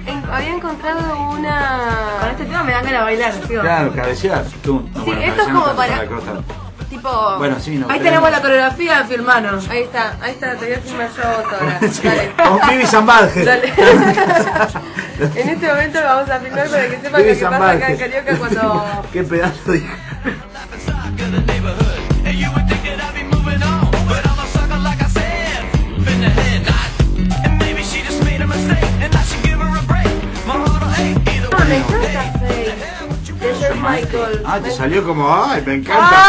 [SPEAKER 3] en- había encontrado
[SPEAKER 7] Con
[SPEAKER 3] una.
[SPEAKER 7] este tema me dan ganas de bailar, tío.
[SPEAKER 4] Claro, cabecear. Tú, no,
[SPEAKER 3] Sí, esto
[SPEAKER 4] bueno,
[SPEAKER 3] es
[SPEAKER 4] cabecear no
[SPEAKER 3] como
[SPEAKER 4] tanto,
[SPEAKER 3] para-
[SPEAKER 4] cosa.
[SPEAKER 3] Tipo.
[SPEAKER 4] Bueno, sí, no.
[SPEAKER 7] Ahí
[SPEAKER 4] pero-
[SPEAKER 7] tenemos la coreografía, firmano.
[SPEAKER 3] Ahí está, ahí está, te voy a filmar yo ahora.
[SPEAKER 4] Sí,
[SPEAKER 3] Dale.
[SPEAKER 4] Con Pibi Zambadge.
[SPEAKER 3] Dale. en este momento lo vamos a filmar para que sepan
[SPEAKER 4] Pibi
[SPEAKER 3] lo que pasa acá en
[SPEAKER 4] Zambadge.
[SPEAKER 3] Carioca cuando.
[SPEAKER 4] Qué pedazo de...
[SPEAKER 3] Ah, me encanta Faith. De George Michael.
[SPEAKER 4] Ah, te
[SPEAKER 3] Me-
[SPEAKER 4] salió como, ay, me encanta.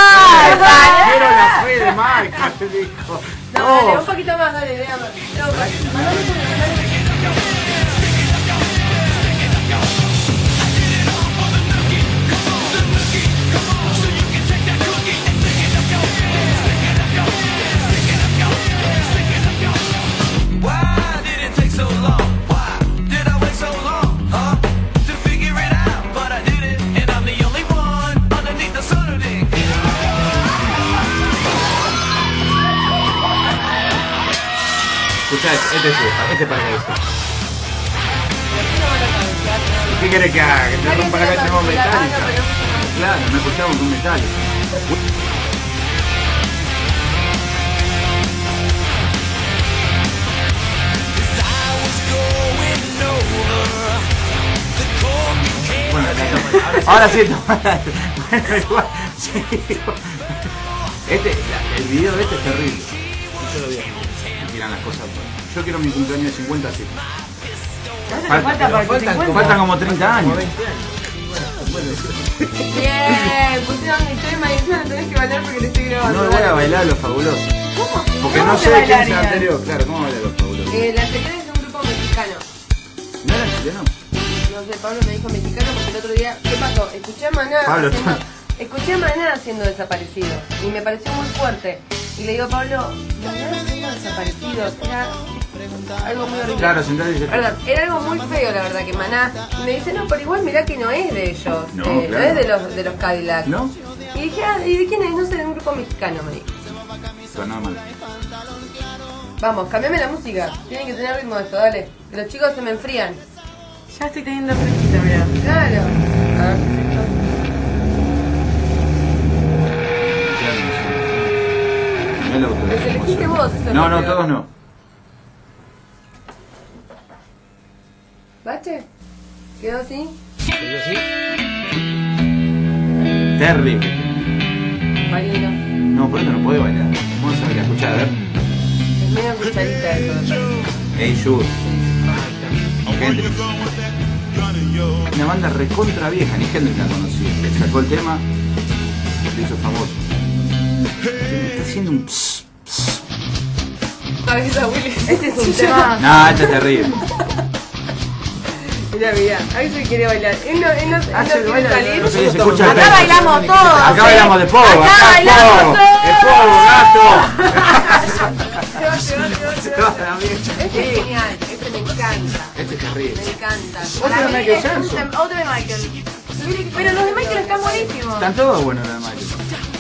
[SPEAKER 4] Quiero la fe de Michael, dijo.
[SPEAKER 3] No, dale, un poquito más, dale, veamos. No, pa- mandale un poquito, dale.
[SPEAKER 4] Escuchá, este sí, este es para que dice. ¿Qué querés que haga? Que te rompa la calle con metálica. Claro, me escuchamos con metálica. Bueno, ya está. ahora sí, está. bueno, igual, sí. Este, la- el video de este es terrible. Yo lo vi. Y tiran las cosas. por- Yo quiero mi cumpleaños de 50 así.
[SPEAKER 7] Falta, falta para que te
[SPEAKER 5] faltan
[SPEAKER 7] encuentres.
[SPEAKER 4] Faltan como 30
[SPEAKER 5] Como
[SPEAKER 4] años.
[SPEAKER 5] 20 años.
[SPEAKER 3] Bien, pusieron mi tema y encima lo tenés que bailar porque lo estoy grabando.
[SPEAKER 4] No voy a bailar los fabulosos. Porque
[SPEAKER 7] ¿Cómo
[SPEAKER 4] no
[SPEAKER 7] se
[SPEAKER 4] sé quién es el
[SPEAKER 7] bailaría?
[SPEAKER 4] anterior. Claro, ¿cómo bailar los fabulosos?
[SPEAKER 3] Eh, la secretaria es de un grupo mexicano.
[SPEAKER 4] ¿No era chileno?
[SPEAKER 3] No sé, Pablo me dijo mexicano porque el otro día, ¿qué pasó? Escuché a Maná
[SPEAKER 4] Pablo,
[SPEAKER 3] haciendo,
[SPEAKER 4] está-
[SPEAKER 3] escuché a Maná siendo desaparecido y me pareció muy fuerte. Y le digo a Pablo, Maná siendo desaparecido, era algo muy horrible.
[SPEAKER 4] Claro, sentado y dice.
[SPEAKER 3] Perdón, era algo muy feo la verdad que Maná Y me dice, no, pero igual mirá que no es de ellos,
[SPEAKER 4] No,
[SPEAKER 3] eh,
[SPEAKER 4] claro.
[SPEAKER 3] es de los, de los Cadillac.
[SPEAKER 4] ¿No?
[SPEAKER 3] Y dije, ah, ¿y de quién es? No sé, de un grupo mexicano, me dijo.
[SPEAKER 4] Sonaba mal.
[SPEAKER 3] Vamos, cambiame la música, tienen que tener ritmo esto, dale. Que los chicos se me enfrían.
[SPEAKER 7] Ya estoy teniendo fresquita, mirá.
[SPEAKER 3] Claro. A ver, ¿qué es esto?
[SPEAKER 4] No el auto.
[SPEAKER 3] Los elegiste vos, eso es lo
[SPEAKER 4] No, no,
[SPEAKER 3] peor.
[SPEAKER 4] todos no.
[SPEAKER 3] ¿Bache? ¿Quedó así?
[SPEAKER 5] Pero sí,
[SPEAKER 4] Terrible.
[SPEAKER 3] Marino.
[SPEAKER 4] No, por eso no puede bailar. Vamos a ver, escuchar, a ver.
[SPEAKER 3] Es medio cucharita eso.
[SPEAKER 4] Hey, Jude. Hendrix. Una banda recontra vieja, ni Hendrix la conocía. Le sacó el tema, lo hizo famoso. Está haciendo un pss, pss.
[SPEAKER 3] Cabeza, Willy. Este es un
[SPEAKER 7] Ah.
[SPEAKER 3] tema.
[SPEAKER 4] No, esto es terrible.
[SPEAKER 3] Mira, mira. Ahí se quiere bailar. Él no, él no, él no quiere salir. Este
[SPEAKER 4] No sé si se escucha el
[SPEAKER 7] Acá
[SPEAKER 4] tema.
[SPEAKER 7] bailamos todos.
[SPEAKER 4] Acá bailamos de pogo,
[SPEAKER 7] Acá
[SPEAKER 4] acá es
[SPEAKER 7] bailamos
[SPEAKER 4] pogo.
[SPEAKER 7] todos.
[SPEAKER 4] Es pogo, gato.
[SPEAKER 3] Se va, se va, se va, se
[SPEAKER 4] Se
[SPEAKER 3] va.
[SPEAKER 4] va la mierda.
[SPEAKER 3] Este es genial. Este me encanta.
[SPEAKER 4] Este es
[SPEAKER 3] Me
[SPEAKER 4] terrible.
[SPEAKER 3] encanta.
[SPEAKER 4] Otro de Michael Jackson.
[SPEAKER 7] Otro de Michael.
[SPEAKER 3] Pero los de Michael están buenísimos.
[SPEAKER 4] Están todos buenos los de Michael.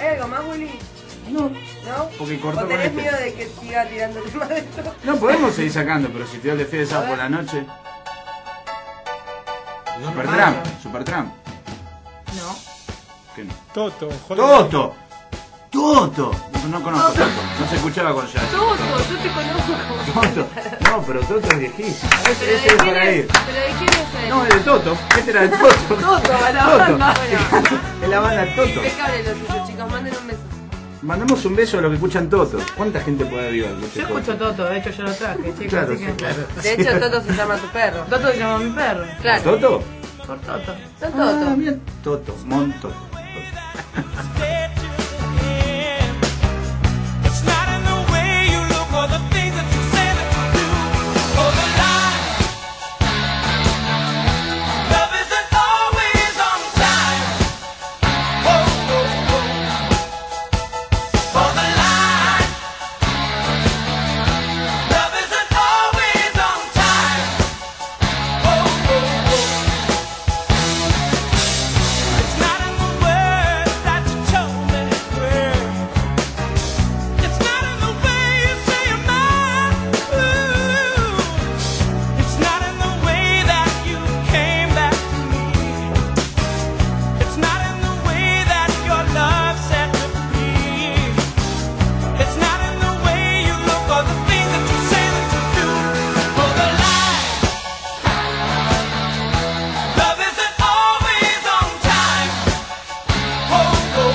[SPEAKER 3] ¿Hay algo más, Willy? No.
[SPEAKER 4] Porque
[SPEAKER 3] ¿No?
[SPEAKER 4] cortó
[SPEAKER 3] ¿O
[SPEAKER 4] con
[SPEAKER 3] tenés
[SPEAKER 4] este.
[SPEAKER 3] miedo de que siga tirando el tema de esto?
[SPEAKER 4] No podemos seguir sacando, pero si te doy el de sábado por la noche. Supertramp, Supertramp.
[SPEAKER 7] No.
[SPEAKER 4] ¿Qué no?
[SPEAKER 8] Toto, joder.
[SPEAKER 4] Toto. Toto. No, no conozco Toto. No se escuchaba con ya.
[SPEAKER 3] Toto, yo te conozco.
[SPEAKER 4] Toto. No, pero Toto es viejísimo. Ese, ese es
[SPEAKER 3] ¿Pero
[SPEAKER 4] para
[SPEAKER 3] de
[SPEAKER 4] ir.
[SPEAKER 3] quién es él?
[SPEAKER 4] No, es de Toto. Este era de Toto.
[SPEAKER 3] Toto, la
[SPEAKER 4] Toto.
[SPEAKER 3] banda. Bueno,
[SPEAKER 4] Es la banda Toto.
[SPEAKER 3] impecable los hijos, chicos. Manden un beso.
[SPEAKER 4] Mandamos un beso a los que escuchan Toto. ¿Cuánta gente puede vivir?
[SPEAKER 7] Yo escucho Toto, de hecho yo lo traje, chicos.
[SPEAKER 4] Claro,
[SPEAKER 7] así
[SPEAKER 4] sí,
[SPEAKER 7] que...
[SPEAKER 4] claro.
[SPEAKER 3] De hecho, Toto se llama tu perro.
[SPEAKER 7] Toto se llama mi perro.
[SPEAKER 3] Claro.
[SPEAKER 4] ¿Toto?
[SPEAKER 7] Por Toto.
[SPEAKER 3] Toto.
[SPEAKER 4] Ah, bien. Toto, Monto.
[SPEAKER 2] It's not in the way you look or the things that you say that you do or the lie. Love isn't always on time. Oh, oh, oh. Or the lie. Love isn't always on time. Oh, oh, oh. It's not in the words that you told me it were. It's not in the way you say your mind. It's not in the way that you came back to me. It's not in the way that your love set me free. It's not in the way you look or the things that you say that you do or the lies. Love isn't always on time. Oh, oh, oh.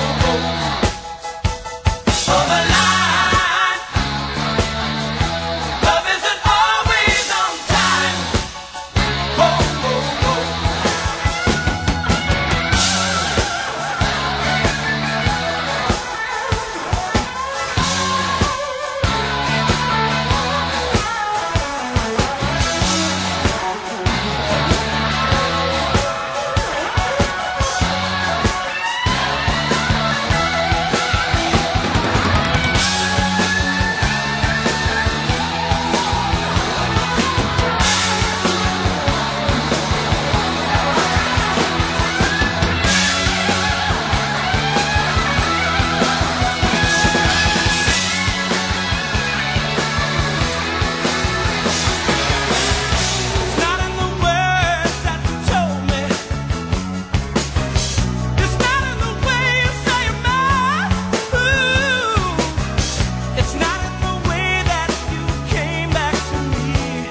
[SPEAKER 2] It's not in the way that you came back to me.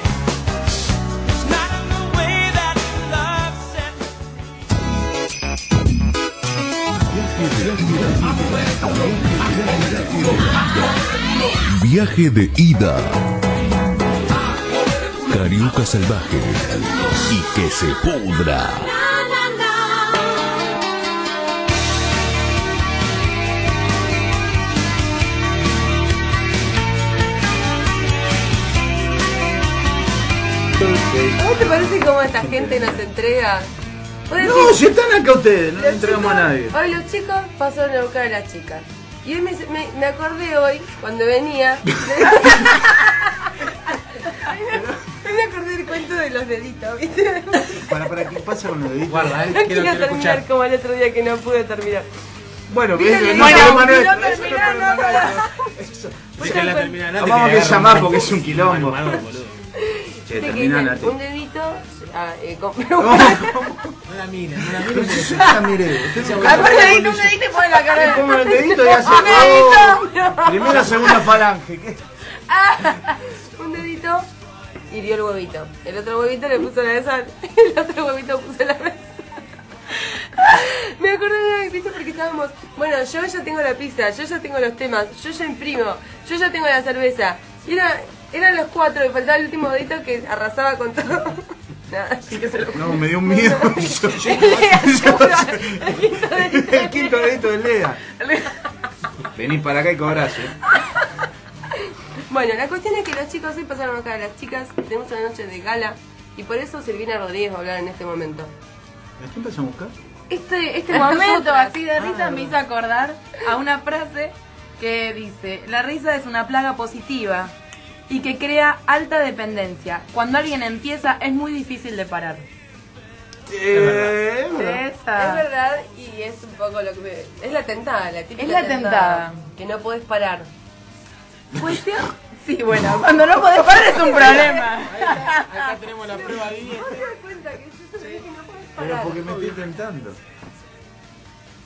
[SPEAKER 2] It's not in the way that love set
[SPEAKER 1] Viaje de ida. Cariuca salvaje. Y que se pudra.
[SPEAKER 3] ¿A vos te parece cómo esta gente nos entrega? Vos decís,
[SPEAKER 4] No, si están acá ustedes, no le
[SPEAKER 3] los
[SPEAKER 4] entregamos a
[SPEAKER 3] chicos-
[SPEAKER 4] nadie.
[SPEAKER 3] Hoy los chicos pasaron a buscar a las chicas. Y hoy me, me- me acordé hoy, cuando venía. Hoy me acordé del cuento de los deditos, ¿viste?
[SPEAKER 4] Para, para, ¿qué pasa con los deditos?
[SPEAKER 5] Guarda, eh,
[SPEAKER 3] No
[SPEAKER 5] que lo
[SPEAKER 3] quiero
[SPEAKER 5] quiero
[SPEAKER 3] terminar
[SPEAKER 5] escuchar.
[SPEAKER 3] como el otro día que no pude terminar.
[SPEAKER 4] Bueno,
[SPEAKER 3] Dígale,
[SPEAKER 4] bien,
[SPEAKER 3] no,
[SPEAKER 4] no,
[SPEAKER 3] no,
[SPEAKER 4] Manuel.
[SPEAKER 3] no, terminá, no,
[SPEAKER 5] Déjala terminar, no te
[SPEAKER 4] Vamos a
[SPEAKER 5] quedes
[SPEAKER 4] llamar
[SPEAKER 5] agarrando.
[SPEAKER 4] porque es un quilombo.
[SPEAKER 5] Manuel, boludo.
[SPEAKER 3] Viste
[SPEAKER 4] Che,
[SPEAKER 3] que
[SPEAKER 4] terminá,
[SPEAKER 3] dicen,
[SPEAKER 4] Nati.
[SPEAKER 3] un dedito. Ah, eh, con-
[SPEAKER 5] No la mires, no la mires.
[SPEAKER 4] Pero si yo la miré, Ah, usted no-
[SPEAKER 7] Aparte ahí no me diste por la cara
[SPEAKER 4] Le
[SPEAKER 7] de...
[SPEAKER 4] pongo el dedito y hace ¡Oh! "Bravo". Primera, segunda falange. ¿qué?
[SPEAKER 3] Ah, un dedito hirió el huevito. El otro huevito le puso la de sal. El otro huevito puso la mesa. Me acuerdo de ¿viste? porque estábamos. Bueno, yo ya tengo la pizza, yo ya tengo los temas, yo ya imprimo, yo ya tengo la cerveza. Y era, eran los cuatro, y faltaba el último dedito que arrasaba con todo. Nada, así que se lo
[SPEAKER 4] No, me dio un miedo. Yo- yo-
[SPEAKER 3] El quinto dedito.
[SPEAKER 4] El quinto dedito de Lea. Vení para acá y cobrás, eh.
[SPEAKER 3] Bueno, la cuestión es que los chicos hoy pasaron acá a las chicas, tenemos una noche de gala y por eso Silvina Rodríguez va a hablar en este momento.
[SPEAKER 4] ¿A quién empezó a buscar?
[SPEAKER 3] Este, este
[SPEAKER 7] Este momento
[SPEAKER 3] momento
[SPEAKER 7] así de risa me hizo acordar a una frase que dice, la risa es una plaga positiva y que crea alta dependencia. Cuando alguien empieza es muy difícil de parar.
[SPEAKER 4] Eh,
[SPEAKER 3] Es
[SPEAKER 7] Esa.
[SPEAKER 3] verdad y es un poco lo que me- Es la tentada, la típica
[SPEAKER 7] Es la tentada.
[SPEAKER 3] Que no podés parar.
[SPEAKER 7] Cuestión... Sí, bueno, cuando no podés parar es un problema.
[SPEAKER 5] Acá tenemos la prueba viviente.
[SPEAKER 3] ¿Te das cuenta que yo te dije que no podés
[SPEAKER 4] Pero
[SPEAKER 3] parar?
[SPEAKER 4] porque me estoy tentando.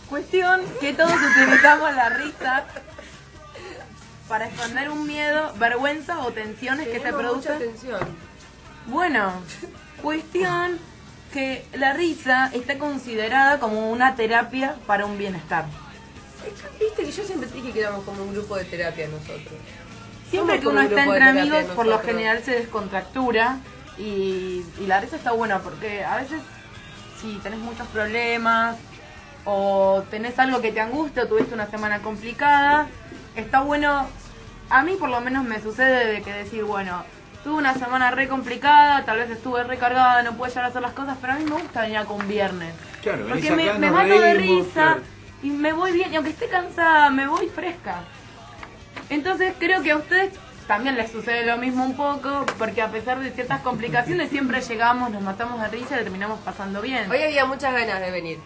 [SPEAKER 7] Cuestión que todos utilizamos la risa para esconder un miedo, vergüenza o tensiones que se producen.
[SPEAKER 3] tensión.
[SPEAKER 7] Bueno, cuestión que la risa está considerada como una terapia para un bienestar.
[SPEAKER 3] Viste que yo siempre dije que éramos como un grupo de terapia nosotros.
[SPEAKER 7] Siempre
[SPEAKER 3] Somos
[SPEAKER 7] que uno
[SPEAKER 3] como un
[SPEAKER 7] está
[SPEAKER 3] grupo de
[SPEAKER 7] entre
[SPEAKER 3] terapia
[SPEAKER 7] amigos, por lo
[SPEAKER 3] nosotros.
[SPEAKER 7] general se descontractura y, y la risa está buena porque a veces si tenés muchos problemas o tenés algo que te angustia o tuviste una semana complicada, está bueno, a mí por lo menos me sucede de que decir, bueno, tuve una semana re complicada, tal vez estuve recargada, no pude llegar a hacer las cosas, pero a mí me gusta venir a con viernes.
[SPEAKER 4] Claro, venís
[SPEAKER 7] Porque
[SPEAKER 4] acá,
[SPEAKER 7] me,
[SPEAKER 4] nos
[SPEAKER 7] me mato de
[SPEAKER 4] reímos,
[SPEAKER 7] risa
[SPEAKER 4] claro.
[SPEAKER 7] y me voy bien, y aunque esté cansada, me voy fresca. Entonces creo que a ustedes también les sucede lo mismo un poco, porque a pesar de ciertas complicaciones siempre llegamos, nos matamos de risa y la terminamos pasando bien.
[SPEAKER 3] Hoy había muchas ganas de venir.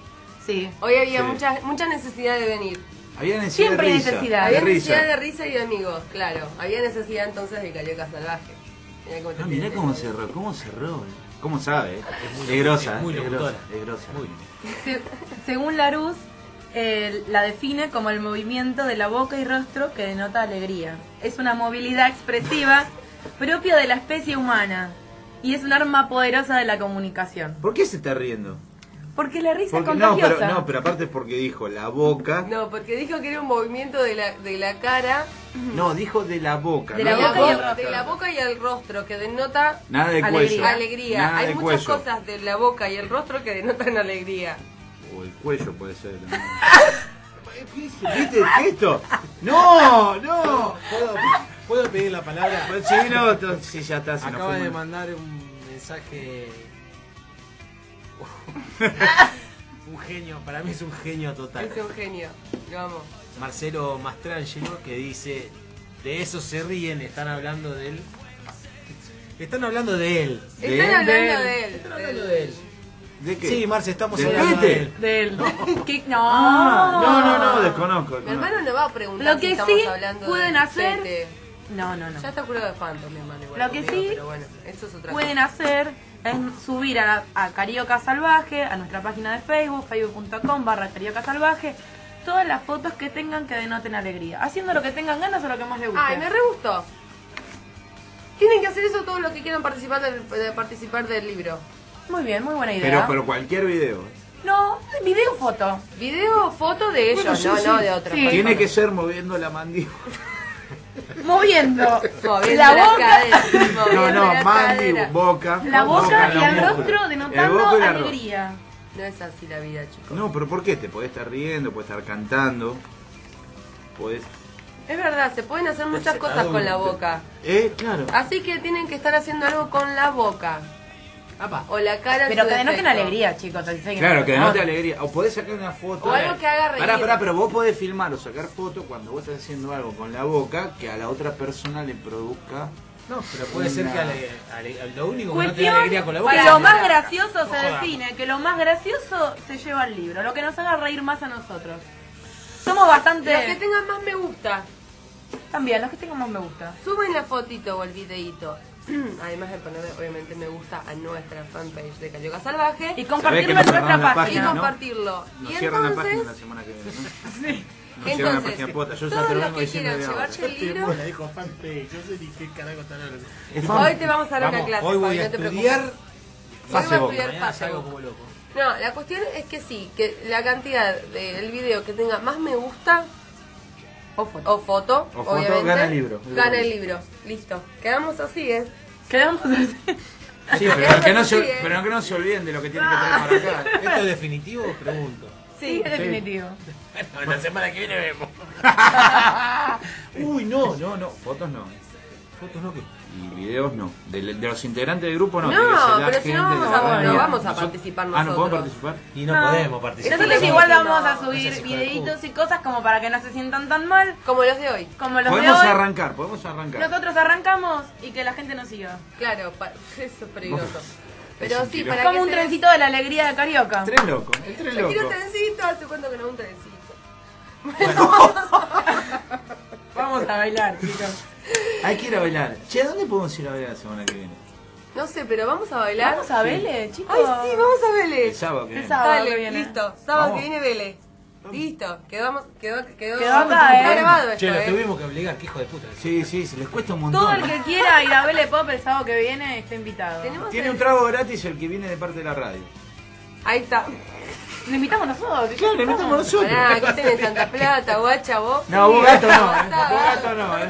[SPEAKER 7] sí.
[SPEAKER 3] Hoy había
[SPEAKER 4] Sí.
[SPEAKER 3] mucha, mucha necesidad de venir.
[SPEAKER 4] Había necesidad
[SPEAKER 7] Siempre
[SPEAKER 4] de
[SPEAKER 7] hay
[SPEAKER 4] risa,
[SPEAKER 7] necesidad.
[SPEAKER 4] Ah, de
[SPEAKER 3] Había
[SPEAKER 4] risa.
[SPEAKER 3] necesidad de risa y de amigos, claro. Había necesidad entonces de Carioca Salvaje. Mirá cómo te
[SPEAKER 4] Ah, mirá
[SPEAKER 3] tiene.
[SPEAKER 4] cómo cerró, cómo cerró. eh. ¿Cómo sabe? eh. Es, grosa,
[SPEAKER 5] es muy
[SPEAKER 4] eh, es
[SPEAKER 5] locutora.
[SPEAKER 4] grosa, es grosa.
[SPEAKER 5] Muy.
[SPEAKER 7] Se- según Larus, la define como el movimiento de la boca y rostro que denota alegría. Es una movilidad expresiva propia de la especie humana y es un arma poderosa de la comunicación.
[SPEAKER 4] ¿Por qué se está riendo?
[SPEAKER 7] Porque la risa
[SPEAKER 4] Porque-
[SPEAKER 7] es
[SPEAKER 4] no,
[SPEAKER 7] contagiosa.
[SPEAKER 4] pero, no, pero aparte es porque dijo la boca. No,
[SPEAKER 3] No, porque dijo que era un movimiento de la, de la cara,
[SPEAKER 4] dijo de la boca.
[SPEAKER 7] De
[SPEAKER 4] no
[SPEAKER 7] la
[SPEAKER 3] de, la
[SPEAKER 7] boca y el
[SPEAKER 3] bo- de la boca y el rostro, que denota
[SPEAKER 4] Nada de
[SPEAKER 7] Alegría.
[SPEAKER 4] cuello.
[SPEAKER 3] alegría.
[SPEAKER 4] Nada
[SPEAKER 3] Hay
[SPEAKER 4] de
[SPEAKER 3] muchas
[SPEAKER 4] cuello.
[SPEAKER 3] cosas de la boca y el rostro que denotan alegría.
[SPEAKER 4] O el cuello puede ser. también. ¿Viste esto? ¡No! ¡No!
[SPEAKER 5] ¿Puedo, puedo pedir la palabra?
[SPEAKER 4] Sí, no, to- sí, ya está. se nos
[SPEAKER 5] Acaba
[SPEAKER 4] fue
[SPEAKER 5] de
[SPEAKER 4] mal.
[SPEAKER 5] mandar un mensaje. un genio, para mí es un genio total.
[SPEAKER 3] Es un genio. Lo amo.
[SPEAKER 5] Marcelo Mastrangelo que dice: De eso se ríen, están hablando de él. Están hablando de él.
[SPEAKER 4] ¿De
[SPEAKER 3] Están
[SPEAKER 4] él?
[SPEAKER 3] hablando de él.
[SPEAKER 5] Están hablando de él.
[SPEAKER 4] ¿De qué?
[SPEAKER 5] Sí, Marce, estamos
[SPEAKER 4] ¿De
[SPEAKER 5] hablando de
[SPEAKER 4] Pete?
[SPEAKER 5] él.
[SPEAKER 7] De él. Que- no.
[SPEAKER 4] Ah, no, no, no,
[SPEAKER 3] Mi
[SPEAKER 4] desconozco. desconozco.
[SPEAKER 3] hermano no va a preguntar
[SPEAKER 7] Lo
[SPEAKER 3] si
[SPEAKER 7] que
[SPEAKER 3] estamos
[SPEAKER 7] sí
[SPEAKER 3] hablando
[SPEAKER 7] pueden
[SPEAKER 3] del
[SPEAKER 7] hacer-
[SPEAKER 3] tete.
[SPEAKER 7] No, no, no.
[SPEAKER 3] Ya está curado de espanto, mi hermano. Igual
[SPEAKER 7] Lo que
[SPEAKER 3] conmigo,
[SPEAKER 7] sí
[SPEAKER 3] Pero bueno, eso es otra
[SPEAKER 7] Pueden hacer es subir a, a Carioca Salvaje, a nuestra página de Facebook, facebook.com barra Carioca Salvaje, todas las fotos que tengan que denoten alegría, haciendo lo que tengan ganas o lo que más les guste.
[SPEAKER 3] cosa. Ay, me re gustó. Tienen que hacer eso todos los que quieran participar del, de participar del libro.
[SPEAKER 7] Muy bien, muy buena idea.
[SPEAKER 4] Pero, pero cualquier video.
[SPEAKER 7] No, video foto.
[SPEAKER 3] Video o foto de ellos,
[SPEAKER 4] Bueno, sí,
[SPEAKER 3] no,
[SPEAKER 4] sí.
[SPEAKER 3] no de otros.
[SPEAKER 7] Sí.
[SPEAKER 4] Tiene que ser moviendo la mandíbula.
[SPEAKER 7] Moviendo
[SPEAKER 3] Moviendo
[SPEAKER 7] la
[SPEAKER 3] las
[SPEAKER 7] boca,
[SPEAKER 3] caderas,
[SPEAKER 4] No,
[SPEAKER 3] moviendo
[SPEAKER 4] no,
[SPEAKER 3] las
[SPEAKER 4] mandíbula,
[SPEAKER 3] caderas.
[SPEAKER 4] boca.
[SPEAKER 7] la boca y
[SPEAKER 4] los
[SPEAKER 7] el
[SPEAKER 4] músculos.
[SPEAKER 7] rostro
[SPEAKER 4] El
[SPEAKER 7] denotando
[SPEAKER 4] boca y la ro-
[SPEAKER 7] alegría.
[SPEAKER 3] No es así la vida, chicos.
[SPEAKER 4] No, pero ¿por qué? Te podés estar riendo, podés estar cantando. Podés.
[SPEAKER 3] Es verdad, se pueden hacer
[SPEAKER 4] Pues
[SPEAKER 3] muchas cosas con la boca.
[SPEAKER 4] Eh, claro.
[SPEAKER 3] Así que tienen que estar haciendo algo con la boca.
[SPEAKER 5] Apa.
[SPEAKER 3] O la cara en
[SPEAKER 7] Pero
[SPEAKER 3] su
[SPEAKER 7] que denoten
[SPEAKER 3] defecto.
[SPEAKER 7] alegría, chicos. así que-
[SPEAKER 4] Claro, que denote alegría. O podés sacar una foto.
[SPEAKER 3] O algo que haga reír.
[SPEAKER 4] Pará, pará, pero vos podés filmar o sacar foto cuando vos estás haciendo algo con la boca que a la otra persona le produzca.
[SPEAKER 5] No, pero puede ser que ale- ale- lo único que no te da
[SPEAKER 7] Cuestión
[SPEAKER 5] alegría con la boca
[SPEAKER 7] que
[SPEAKER 5] es
[SPEAKER 7] lo
[SPEAKER 5] la-
[SPEAKER 7] más gracioso se
[SPEAKER 5] jodamos.
[SPEAKER 7] define, que lo más gracioso se lleva al libro, lo que nos haga reír más a nosotros. Somos bastante...
[SPEAKER 3] Los que tengan más me gusta,
[SPEAKER 7] También, los que tengan más me gusta.
[SPEAKER 3] suben la fotito o el videíto. Además de ponerle, obviamente, me gusta a nuestra fanpage de Carioca Salvaje.
[SPEAKER 7] Y
[SPEAKER 3] Y,
[SPEAKER 4] que
[SPEAKER 7] compartirlo
[SPEAKER 4] nos
[SPEAKER 7] en nuestra
[SPEAKER 4] cerraron la
[SPEAKER 7] página.
[SPEAKER 4] página, ¿no?
[SPEAKER 3] compartirlo.
[SPEAKER 4] Nos
[SPEAKER 3] y
[SPEAKER 4] cierran la página
[SPEAKER 3] entonces,
[SPEAKER 4] la semana que viene. ¿no? Nos cierran la
[SPEAKER 3] entonces
[SPEAKER 4] página pota. Yo ya
[SPEAKER 3] todos
[SPEAKER 4] te lo
[SPEAKER 3] los
[SPEAKER 4] vengo
[SPEAKER 3] que
[SPEAKER 4] diciendo
[SPEAKER 3] quieran
[SPEAKER 4] de ahora.
[SPEAKER 3] llevarse el libro,
[SPEAKER 9] La dijo fanpage, yo sé ni qué carajo están hablando.
[SPEAKER 3] hoy te vamos a dar una
[SPEAKER 5] Vamos,
[SPEAKER 3] clase.
[SPEAKER 5] hoy voy
[SPEAKER 3] Fabi,
[SPEAKER 5] a
[SPEAKER 3] no te
[SPEAKER 5] estudiar
[SPEAKER 3] preocupes.
[SPEAKER 4] fase
[SPEAKER 3] Hoy va a
[SPEAKER 4] boca.
[SPEAKER 3] estudiar
[SPEAKER 5] Mañana
[SPEAKER 3] fase
[SPEAKER 5] salgo
[SPEAKER 3] boca.
[SPEAKER 5] como loco.
[SPEAKER 3] No, la cuestión es que sí, que la cantidad del video que tenga más me gusta
[SPEAKER 7] O foto.
[SPEAKER 3] o foto,
[SPEAKER 4] O foto,
[SPEAKER 3] obviamente,
[SPEAKER 4] gana el libro.
[SPEAKER 3] Gana el libro. Listo. Quedamos así, ¿eh?
[SPEAKER 7] Quedamos así.
[SPEAKER 4] Sí, pero, aunque no se, pero aunque no se olviden de lo que tienen que traer para acá.
[SPEAKER 5] ¿Esto es definitivo? Pregunto.
[SPEAKER 7] Sí, es definitivo.
[SPEAKER 5] la semana que viene vemos.
[SPEAKER 4] Uy, no, no, no. Fotos no.
[SPEAKER 5] Fotos no que.
[SPEAKER 4] Y videos no. De, de los integrantes del grupo no.
[SPEAKER 3] No,
[SPEAKER 4] tiene que ser la
[SPEAKER 3] pero si
[SPEAKER 4] gente
[SPEAKER 3] no vamos
[SPEAKER 4] de la
[SPEAKER 3] a- no
[SPEAKER 4] banda.
[SPEAKER 3] vamos a
[SPEAKER 4] Nosotros-
[SPEAKER 3] participar
[SPEAKER 4] Ah, ¿no podemos
[SPEAKER 3] nosotros.
[SPEAKER 4] participar?
[SPEAKER 5] Y no,
[SPEAKER 3] Ah.
[SPEAKER 5] podemos participar.
[SPEAKER 7] Nosotros
[SPEAKER 3] Sí,
[SPEAKER 7] igual
[SPEAKER 3] no.
[SPEAKER 7] vamos a
[SPEAKER 5] No
[SPEAKER 7] subir
[SPEAKER 5] seas hijo de
[SPEAKER 7] videitos y cosas como para que no se sientan tan mal
[SPEAKER 3] Como los de hoy.
[SPEAKER 7] como los de
[SPEAKER 4] Podemos
[SPEAKER 7] hoy.
[SPEAKER 4] arrancar, podemos arrancar.
[SPEAKER 7] Nosotros arrancamos y que la gente nos siga.
[SPEAKER 3] Claro, pa- eso es peligroso. Pero
[SPEAKER 4] Es un
[SPEAKER 3] sí,
[SPEAKER 4] quilombo.
[SPEAKER 3] para que
[SPEAKER 7] Como un
[SPEAKER 3] se-
[SPEAKER 7] trencito de la alegría de Carioca.
[SPEAKER 4] El tren loco, el tren
[SPEAKER 3] Yo quiero
[SPEAKER 4] loco.
[SPEAKER 3] trencito, hace cuánto que no hago un trencito.
[SPEAKER 7] Vamos a bailar, chicos.
[SPEAKER 4] Hay que ir a bailar. Che, ¿a dónde podemos ir a bailar la semana que viene?
[SPEAKER 3] No sé, pero vamos a bailar.
[SPEAKER 7] Vamos a Vélez, chicos.
[SPEAKER 3] Ay, sí, vamos a
[SPEAKER 4] El
[SPEAKER 3] Vélez.
[SPEAKER 4] sábado que viene.
[SPEAKER 7] sábado. que
[SPEAKER 3] Dale,
[SPEAKER 7] viene.
[SPEAKER 3] listo. Sábado
[SPEAKER 4] Vamos.
[SPEAKER 3] que viene Vélez. Listo, quedamos, quedó, quedó,
[SPEAKER 7] Quedó acá,
[SPEAKER 3] está
[SPEAKER 7] ¿eh?
[SPEAKER 3] grabado esto,
[SPEAKER 5] Che, lo
[SPEAKER 3] ¿eh?
[SPEAKER 5] tuvimos que obligar, qué hijo de puta.
[SPEAKER 4] Sí, sí, se les cuesta un
[SPEAKER 7] Todo
[SPEAKER 4] montón.
[SPEAKER 7] el que quiera ir a Vélez Pop el sábado que viene está invitado.
[SPEAKER 3] Tenemos
[SPEAKER 4] Tiene
[SPEAKER 3] el-
[SPEAKER 4] un trago gratis el que viene de parte de la radio.
[SPEAKER 3] Ahí está.
[SPEAKER 7] Lo invitamos nosotros.
[SPEAKER 4] Claro, lo invitamos nosotros.
[SPEAKER 3] Pará, ¿qué Ah, tenés tanta plata, guacha, vos?
[SPEAKER 4] No, vos gato no, eh.
[SPEAKER 3] Basta.
[SPEAKER 4] vos gato no, eh.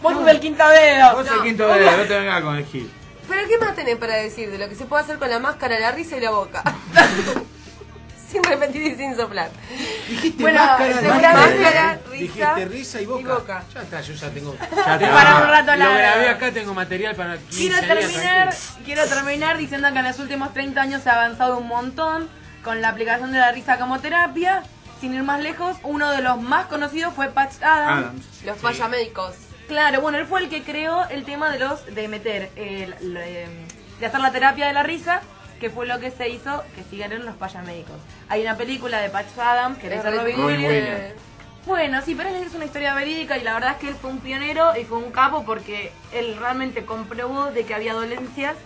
[SPEAKER 7] Vos sos el quinto dedo.
[SPEAKER 4] Vos el quinto dedo, no te vengas con el Gil.
[SPEAKER 3] ¿Pero qué más tenés para decir de lo que se puede hacer con la máscara, la risa y la boca? sin repetir y sin soplar.
[SPEAKER 4] Dijiste
[SPEAKER 7] Bueno,
[SPEAKER 4] máscara,
[SPEAKER 7] seguramente-
[SPEAKER 3] Máscara, risa.
[SPEAKER 5] Dijiste risa y boca.
[SPEAKER 3] y boca.
[SPEAKER 5] Ya está, yo ya tengo.
[SPEAKER 4] Ya está.
[SPEAKER 7] Para un rato
[SPEAKER 5] Lo
[SPEAKER 7] largo.
[SPEAKER 5] grabé acá, tengo material para. 15
[SPEAKER 7] Quiero
[SPEAKER 5] días,
[SPEAKER 7] terminar,
[SPEAKER 5] tranquilo.
[SPEAKER 7] quiero terminar diciendo que en los últimos 30 años se ha avanzado un montón con la aplicación de la risa como terapia. Sin ir más lejos, uno de los más conocidos fue Patch Adams.
[SPEAKER 4] Adams.
[SPEAKER 3] Los payamédicos.
[SPEAKER 7] Claro, bueno, él fue el que creó el tema de los de meter, el- lo, eh, de hacer la terapia de la risa, que fue lo que se hizo, que siguieron los payamédicos. Hay una película de Patch Adams que es de Robin
[SPEAKER 4] Robin
[SPEAKER 7] Williams.
[SPEAKER 4] Williams.
[SPEAKER 7] Bueno, sí, pero es una historia verídica y la verdad es que él fue un pionero y fue un capo porque él realmente comprobó de que había dolencias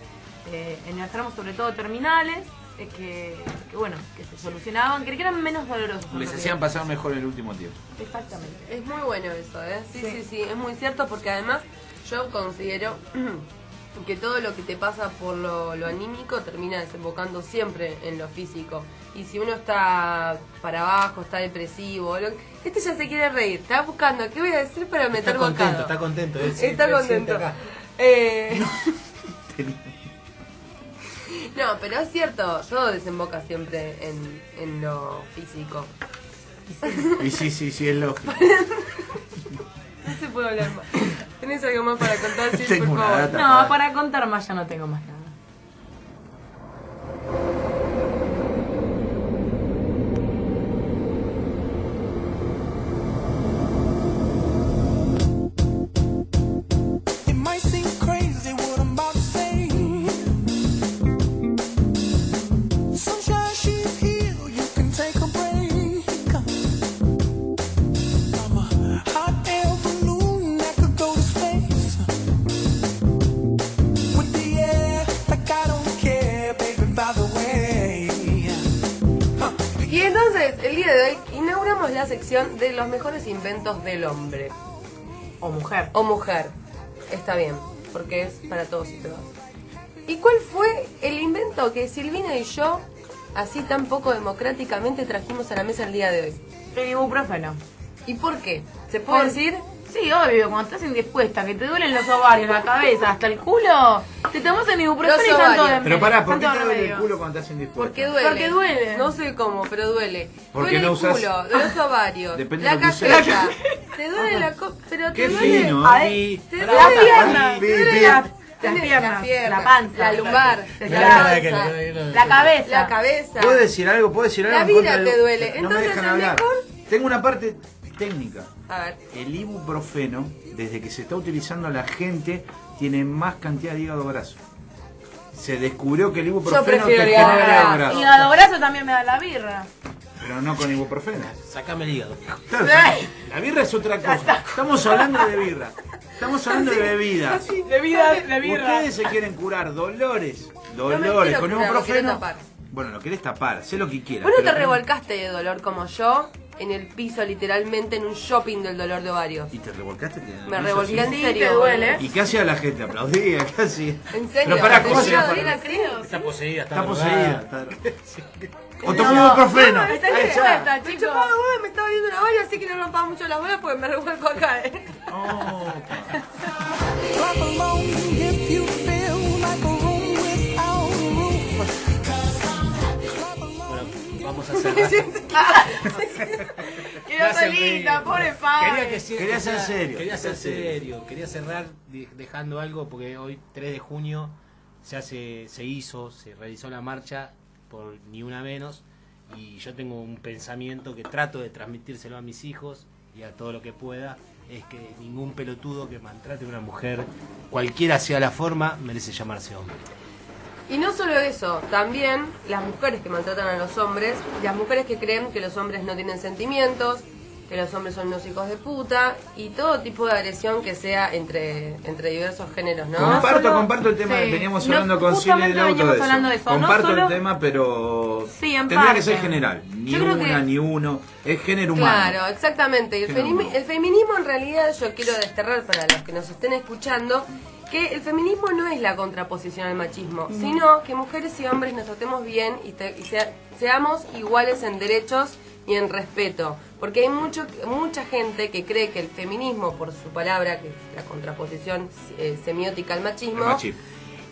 [SPEAKER 7] eh, en el enfermos, sobre todo terminales, eh, que, que, bueno, que se solucionaban, que eran menos dolorosos. en
[SPEAKER 4] Les
[SPEAKER 7] realidad.
[SPEAKER 4] hacían pasar mejor el último tiempo.
[SPEAKER 7] Exactamente.
[SPEAKER 3] Es muy bueno eso, ¿eh? Sí, sí,
[SPEAKER 7] Sí.
[SPEAKER 3] sí, es muy cierto porque además yo considero que todo lo que te pasa por lo, lo anímico termina desembocando siempre en lo físico. Y si uno está para abajo, está depresivo, lo- este ya se quiere reír, está buscando, ¿qué voy a decir para meter
[SPEAKER 5] Está contento,
[SPEAKER 3] bocado?
[SPEAKER 5] está contento. él siente-
[SPEAKER 3] Está
[SPEAKER 5] él siente
[SPEAKER 3] contento.
[SPEAKER 5] acá.
[SPEAKER 3] Eh, No, pero es cierto, todo desemboca siempre en, en lo físico.
[SPEAKER 4] Y sí, sí, sí, es lógico.
[SPEAKER 3] No se puede hablar más. ¿Tenés algo más para contar, Sil,
[SPEAKER 4] Tengo
[SPEAKER 3] por
[SPEAKER 4] una
[SPEAKER 3] favor?
[SPEAKER 4] data.
[SPEAKER 7] No, para contar más ya no tengo más nada.
[SPEAKER 2] It might seem crazy what I'm about to say. Sunshine, she's here. You can take a break. I'm a hot air balloon that could go to space. With the air, like I don't care, baby, by the way.
[SPEAKER 3] Y entonces, el día de hoy inauguramos la sección de los mejores inventos del hombre.
[SPEAKER 7] O mujer.
[SPEAKER 3] O mujer. Está bien, porque es para todos y todas. ¿Y cuál fue el invento que Silvina y yo, así tan poco democráticamente, trajimos a la mesa el día de hoy?
[SPEAKER 7] El ibuprofeno.
[SPEAKER 3] ¿Y por qué? ¿Se puede decir?
[SPEAKER 7] Sí, obvio, cuando estás indispuesta, que te duelen los ovarios, la cabeza, hasta el culo, te tomas el ibuprofeno
[SPEAKER 3] Los
[SPEAKER 7] y tanto
[SPEAKER 3] ovarios.
[SPEAKER 7] de
[SPEAKER 4] Pero pará, ¿por qué
[SPEAKER 7] tanto
[SPEAKER 4] te duele el
[SPEAKER 7] remedio.
[SPEAKER 4] culo cuando estás indispuesta?
[SPEAKER 3] Porque duele.
[SPEAKER 7] Porque duele.
[SPEAKER 3] No sé cómo, pero duele.
[SPEAKER 4] Porque
[SPEAKER 3] duele
[SPEAKER 4] no
[SPEAKER 3] el
[SPEAKER 4] usás-
[SPEAKER 3] culo, duele los ovarios,
[SPEAKER 4] Depende
[SPEAKER 3] la
[SPEAKER 4] de lo que uses.
[SPEAKER 3] caseta. Te duele la co- pero
[SPEAKER 4] Qué
[SPEAKER 3] te duele.
[SPEAKER 4] fino,
[SPEAKER 7] A
[SPEAKER 4] ¿eh?
[SPEAKER 7] ver,
[SPEAKER 3] Te
[SPEAKER 7] las
[SPEAKER 3] duele la-
[SPEAKER 7] piernas,
[SPEAKER 4] Bi-
[SPEAKER 7] te duele
[SPEAKER 4] bi-
[SPEAKER 7] las-
[SPEAKER 3] Te
[SPEAKER 7] las
[SPEAKER 3] duele
[SPEAKER 7] piernas, la panza,
[SPEAKER 3] la lumbar,
[SPEAKER 7] la,
[SPEAKER 5] Mirá
[SPEAKER 7] la-
[SPEAKER 5] que
[SPEAKER 3] panza,
[SPEAKER 5] le- le- le-
[SPEAKER 7] la cabeza.
[SPEAKER 3] la cabeza.
[SPEAKER 4] ¿Puedo decir algo? ¿Puedo decir
[SPEAKER 3] La
[SPEAKER 4] algo? en
[SPEAKER 3] vida
[SPEAKER 4] contra de-
[SPEAKER 3] te duele.
[SPEAKER 4] No me
[SPEAKER 3] Entonces,
[SPEAKER 4] dejan
[SPEAKER 3] el
[SPEAKER 4] hablar.
[SPEAKER 3] mejor-
[SPEAKER 4] Tengo una parte técnica.
[SPEAKER 3] A ver.
[SPEAKER 4] El ibuprofeno, desde que se está utilizando la gente, tiene más cantidad de hígado graso. Se descubrió que el ibuprofeno te
[SPEAKER 3] prefiero
[SPEAKER 4] genera
[SPEAKER 3] hígado
[SPEAKER 4] hígado
[SPEAKER 3] graso.
[SPEAKER 4] graso.
[SPEAKER 7] Hígado graso también me da la birra.
[SPEAKER 4] Pero no con ibuprofeno.
[SPEAKER 5] Sacame el hígado.
[SPEAKER 4] Claro,
[SPEAKER 7] Ay.
[SPEAKER 4] la birra es otra cosa. Estamos hablando de birra. Estamos hablando de bebidas.
[SPEAKER 7] De vida, de
[SPEAKER 4] Ustedes se quieren curar dolores, dolores,
[SPEAKER 3] quiero curar,
[SPEAKER 4] con
[SPEAKER 3] lo quiero
[SPEAKER 4] ibuprofeno.
[SPEAKER 3] tapar.
[SPEAKER 4] Bueno, lo querés tapar, sé lo que quieras.
[SPEAKER 3] Vos no te
[SPEAKER 4] pero-
[SPEAKER 3] revolcaste de dolor como yo, en el piso, literalmente, en un shopping del dolor de ovarios.
[SPEAKER 4] ¿Y te revolcaste? ¿Te-
[SPEAKER 3] Me
[SPEAKER 4] hizo
[SPEAKER 3] revolqué en
[SPEAKER 4] así?
[SPEAKER 7] Sí,
[SPEAKER 3] serio.
[SPEAKER 7] te duele.
[SPEAKER 3] boludo.
[SPEAKER 4] ¿Y qué hacía la gente? Aplaudía, qué hacía.
[SPEAKER 3] En serio.
[SPEAKER 4] Pero pará, ¿cómo
[SPEAKER 3] Te
[SPEAKER 4] se
[SPEAKER 3] llevo
[SPEAKER 4] llama?
[SPEAKER 3] bien la creo.
[SPEAKER 5] Está poseída, está
[SPEAKER 4] Está poseída.
[SPEAKER 5] drogada.
[SPEAKER 4] está- O tomó ibuprofeno.
[SPEAKER 7] Está
[SPEAKER 4] Ahí está.
[SPEAKER 7] indispuesta,
[SPEAKER 3] Me
[SPEAKER 7] chicos.
[SPEAKER 3] chupaba huevo, me estaba viendo una bola, así que no rompaba mucho las bolas porque me revuelco acá, eh.
[SPEAKER 2] Clap along if you feel like a room without a roof. Clap along.
[SPEAKER 5] Vamos a cerrar.
[SPEAKER 7] Quedó
[SPEAKER 5] Gracias,
[SPEAKER 7] solita,
[SPEAKER 5] Miguel.
[SPEAKER 7] pobre Fabi.
[SPEAKER 5] Quería que sea-
[SPEAKER 4] Quería
[SPEAKER 5] que sea-
[SPEAKER 4] ser serio, quería
[SPEAKER 5] Quería ser
[SPEAKER 4] ser serio.
[SPEAKER 5] serio. Quería cerrar de- dejando algo porque hoy 3 de junio se hace, se hizo, se realizó la marcha por ni una menos y yo tengo un pensamiento que trato de transmitírselo a mis hijos y a todo lo que pueda es que ningún pelotudo que maltrate a una mujer, cualquiera sea la forma, merece llamarse hombre.
[SPEAKER 3] Y no solo eso, también las mujeres que maltratan a los hombres, las mujeres que creen que los hombres no tienen sentimientos, que los hombres son unos hijos de puta, y todo tipo de agresión que sea entre, entre diversos géneros, ¿no?
[SPEAKER 7] Compar-
[SPEAKER 4] Comparto,
[SPEAKER 7] solo-
[SPEAKER 4] comparto el tema.
[SPEAKER 7] sí.
[SPEAKER 4] Veníamos
[SPEAKER 7] No,
[SPEAKER 4] hablando con Silvia
[SPEAKER 7] justamente
[SPEAKER 4] del auto
[SPEAKER 7] veníamos
[SPEAKER 4] de eso.
[SPEAKER 7] hablando de eso, no
[SPEAKER 4] Comparto
[SPEAKER 7] solo-
[SPEAKER 4] el tema, pero
[SPEAKER 7] Sí, en
[SPEAKER 4] tendría que
[SPEAKER 7] parte.
[SPEAKER 4] ser general. Ni
[SPEAKER 3] Yo creo
[SPEAKER 4] una,
[SPEAKER 3] que-
[SPEAKER 4] ni uno. Es género humano.
[SPEAKER 3] Claro, exactamente. El,
[SPEAKER 4] Género
[SPEAKER 3] femi-
[SPEAKER 4] humano.
[SPEAKER 3] el feminismo en realidad yo quiero desterrar para los que nos estén escuchando que el feminismo no es la contraposición al machismo, sino que mujeres y hombres nos tratemos bien y, te- y sea- seamos iguales en derechos y en respeto. Porque hay mucho, mucha gente que cree que el feminismo, por su palabra, que es la contraposición eh, semiótica al machismo,
[SPEAKER 4] El machismo.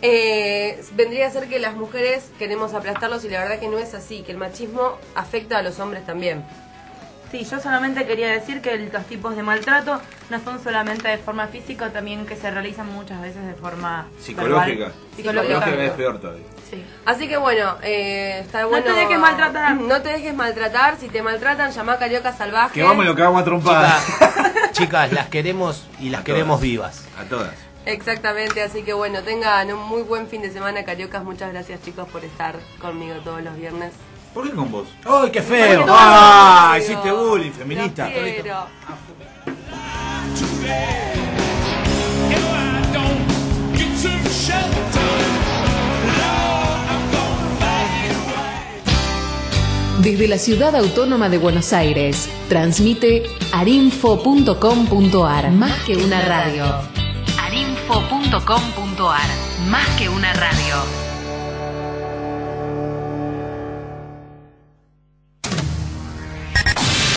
[SPEAKER 3] eh, vendría a ser que las mujeres queremos aplastarlos y la verdad que no es así, que el machismo afecta a los hombres también.
[SPEAKER 7] Sí, yo solamente quería decir que el- los tipos de maltrato no son solamente de forma física, también que se realizan muchas veces de forma
[SPEAKER 4] Psicológica.
[SPEAKER 7] verbal.
[SPEAKER 3] Psicológica.
[SPEAKER 4] Psicológica es peor todavía.
[SPEAKER 7] Sí.
[SPEAKER 3] Así que bueno, eh, está bueno.
[SPEAKER 7] te dejes maltratar.
[SPEAKER 3] No te dejes maltratar. Si te maltratan, llama a Carioca Salvaje.
[SPEAKER 4] Que vamos y lo cagamos a trompadas.
[SPEAKER 5] Chicas, chicas, las queremos y las
[SPEAKER 4] A
[SPEAKER 5] queremos
[SPEAKER 4] todas.
[SPEAKER 5] vivas.
[SPEAKER 4] A todas.
[SPEAKER 3] Exactamente, así que bueno, tengan un muy buen fin de semana, Cariocas. Muchas gracias, chicos, por estar conmigo todos los viernes.
[SPEAKER 4] ¿Por qué con vos?
[SPEAKER 5] ¡Ay, qué feo!
[SPEAKER 4] ¡Ah!
[SPEAKER 3] Los
[SPEAKER 4] Hiciste
[SPEAKER 3] quiero.
[SPEAKER 4] bullying, feminista.
[SPEAKER 3] Los quiero.
[SPEAKER 10] Desde la ciudad autónoma de Buenos Aires, transmite arinfo.com.ar, más que una radio. arinfo.com.ar, más que una radio.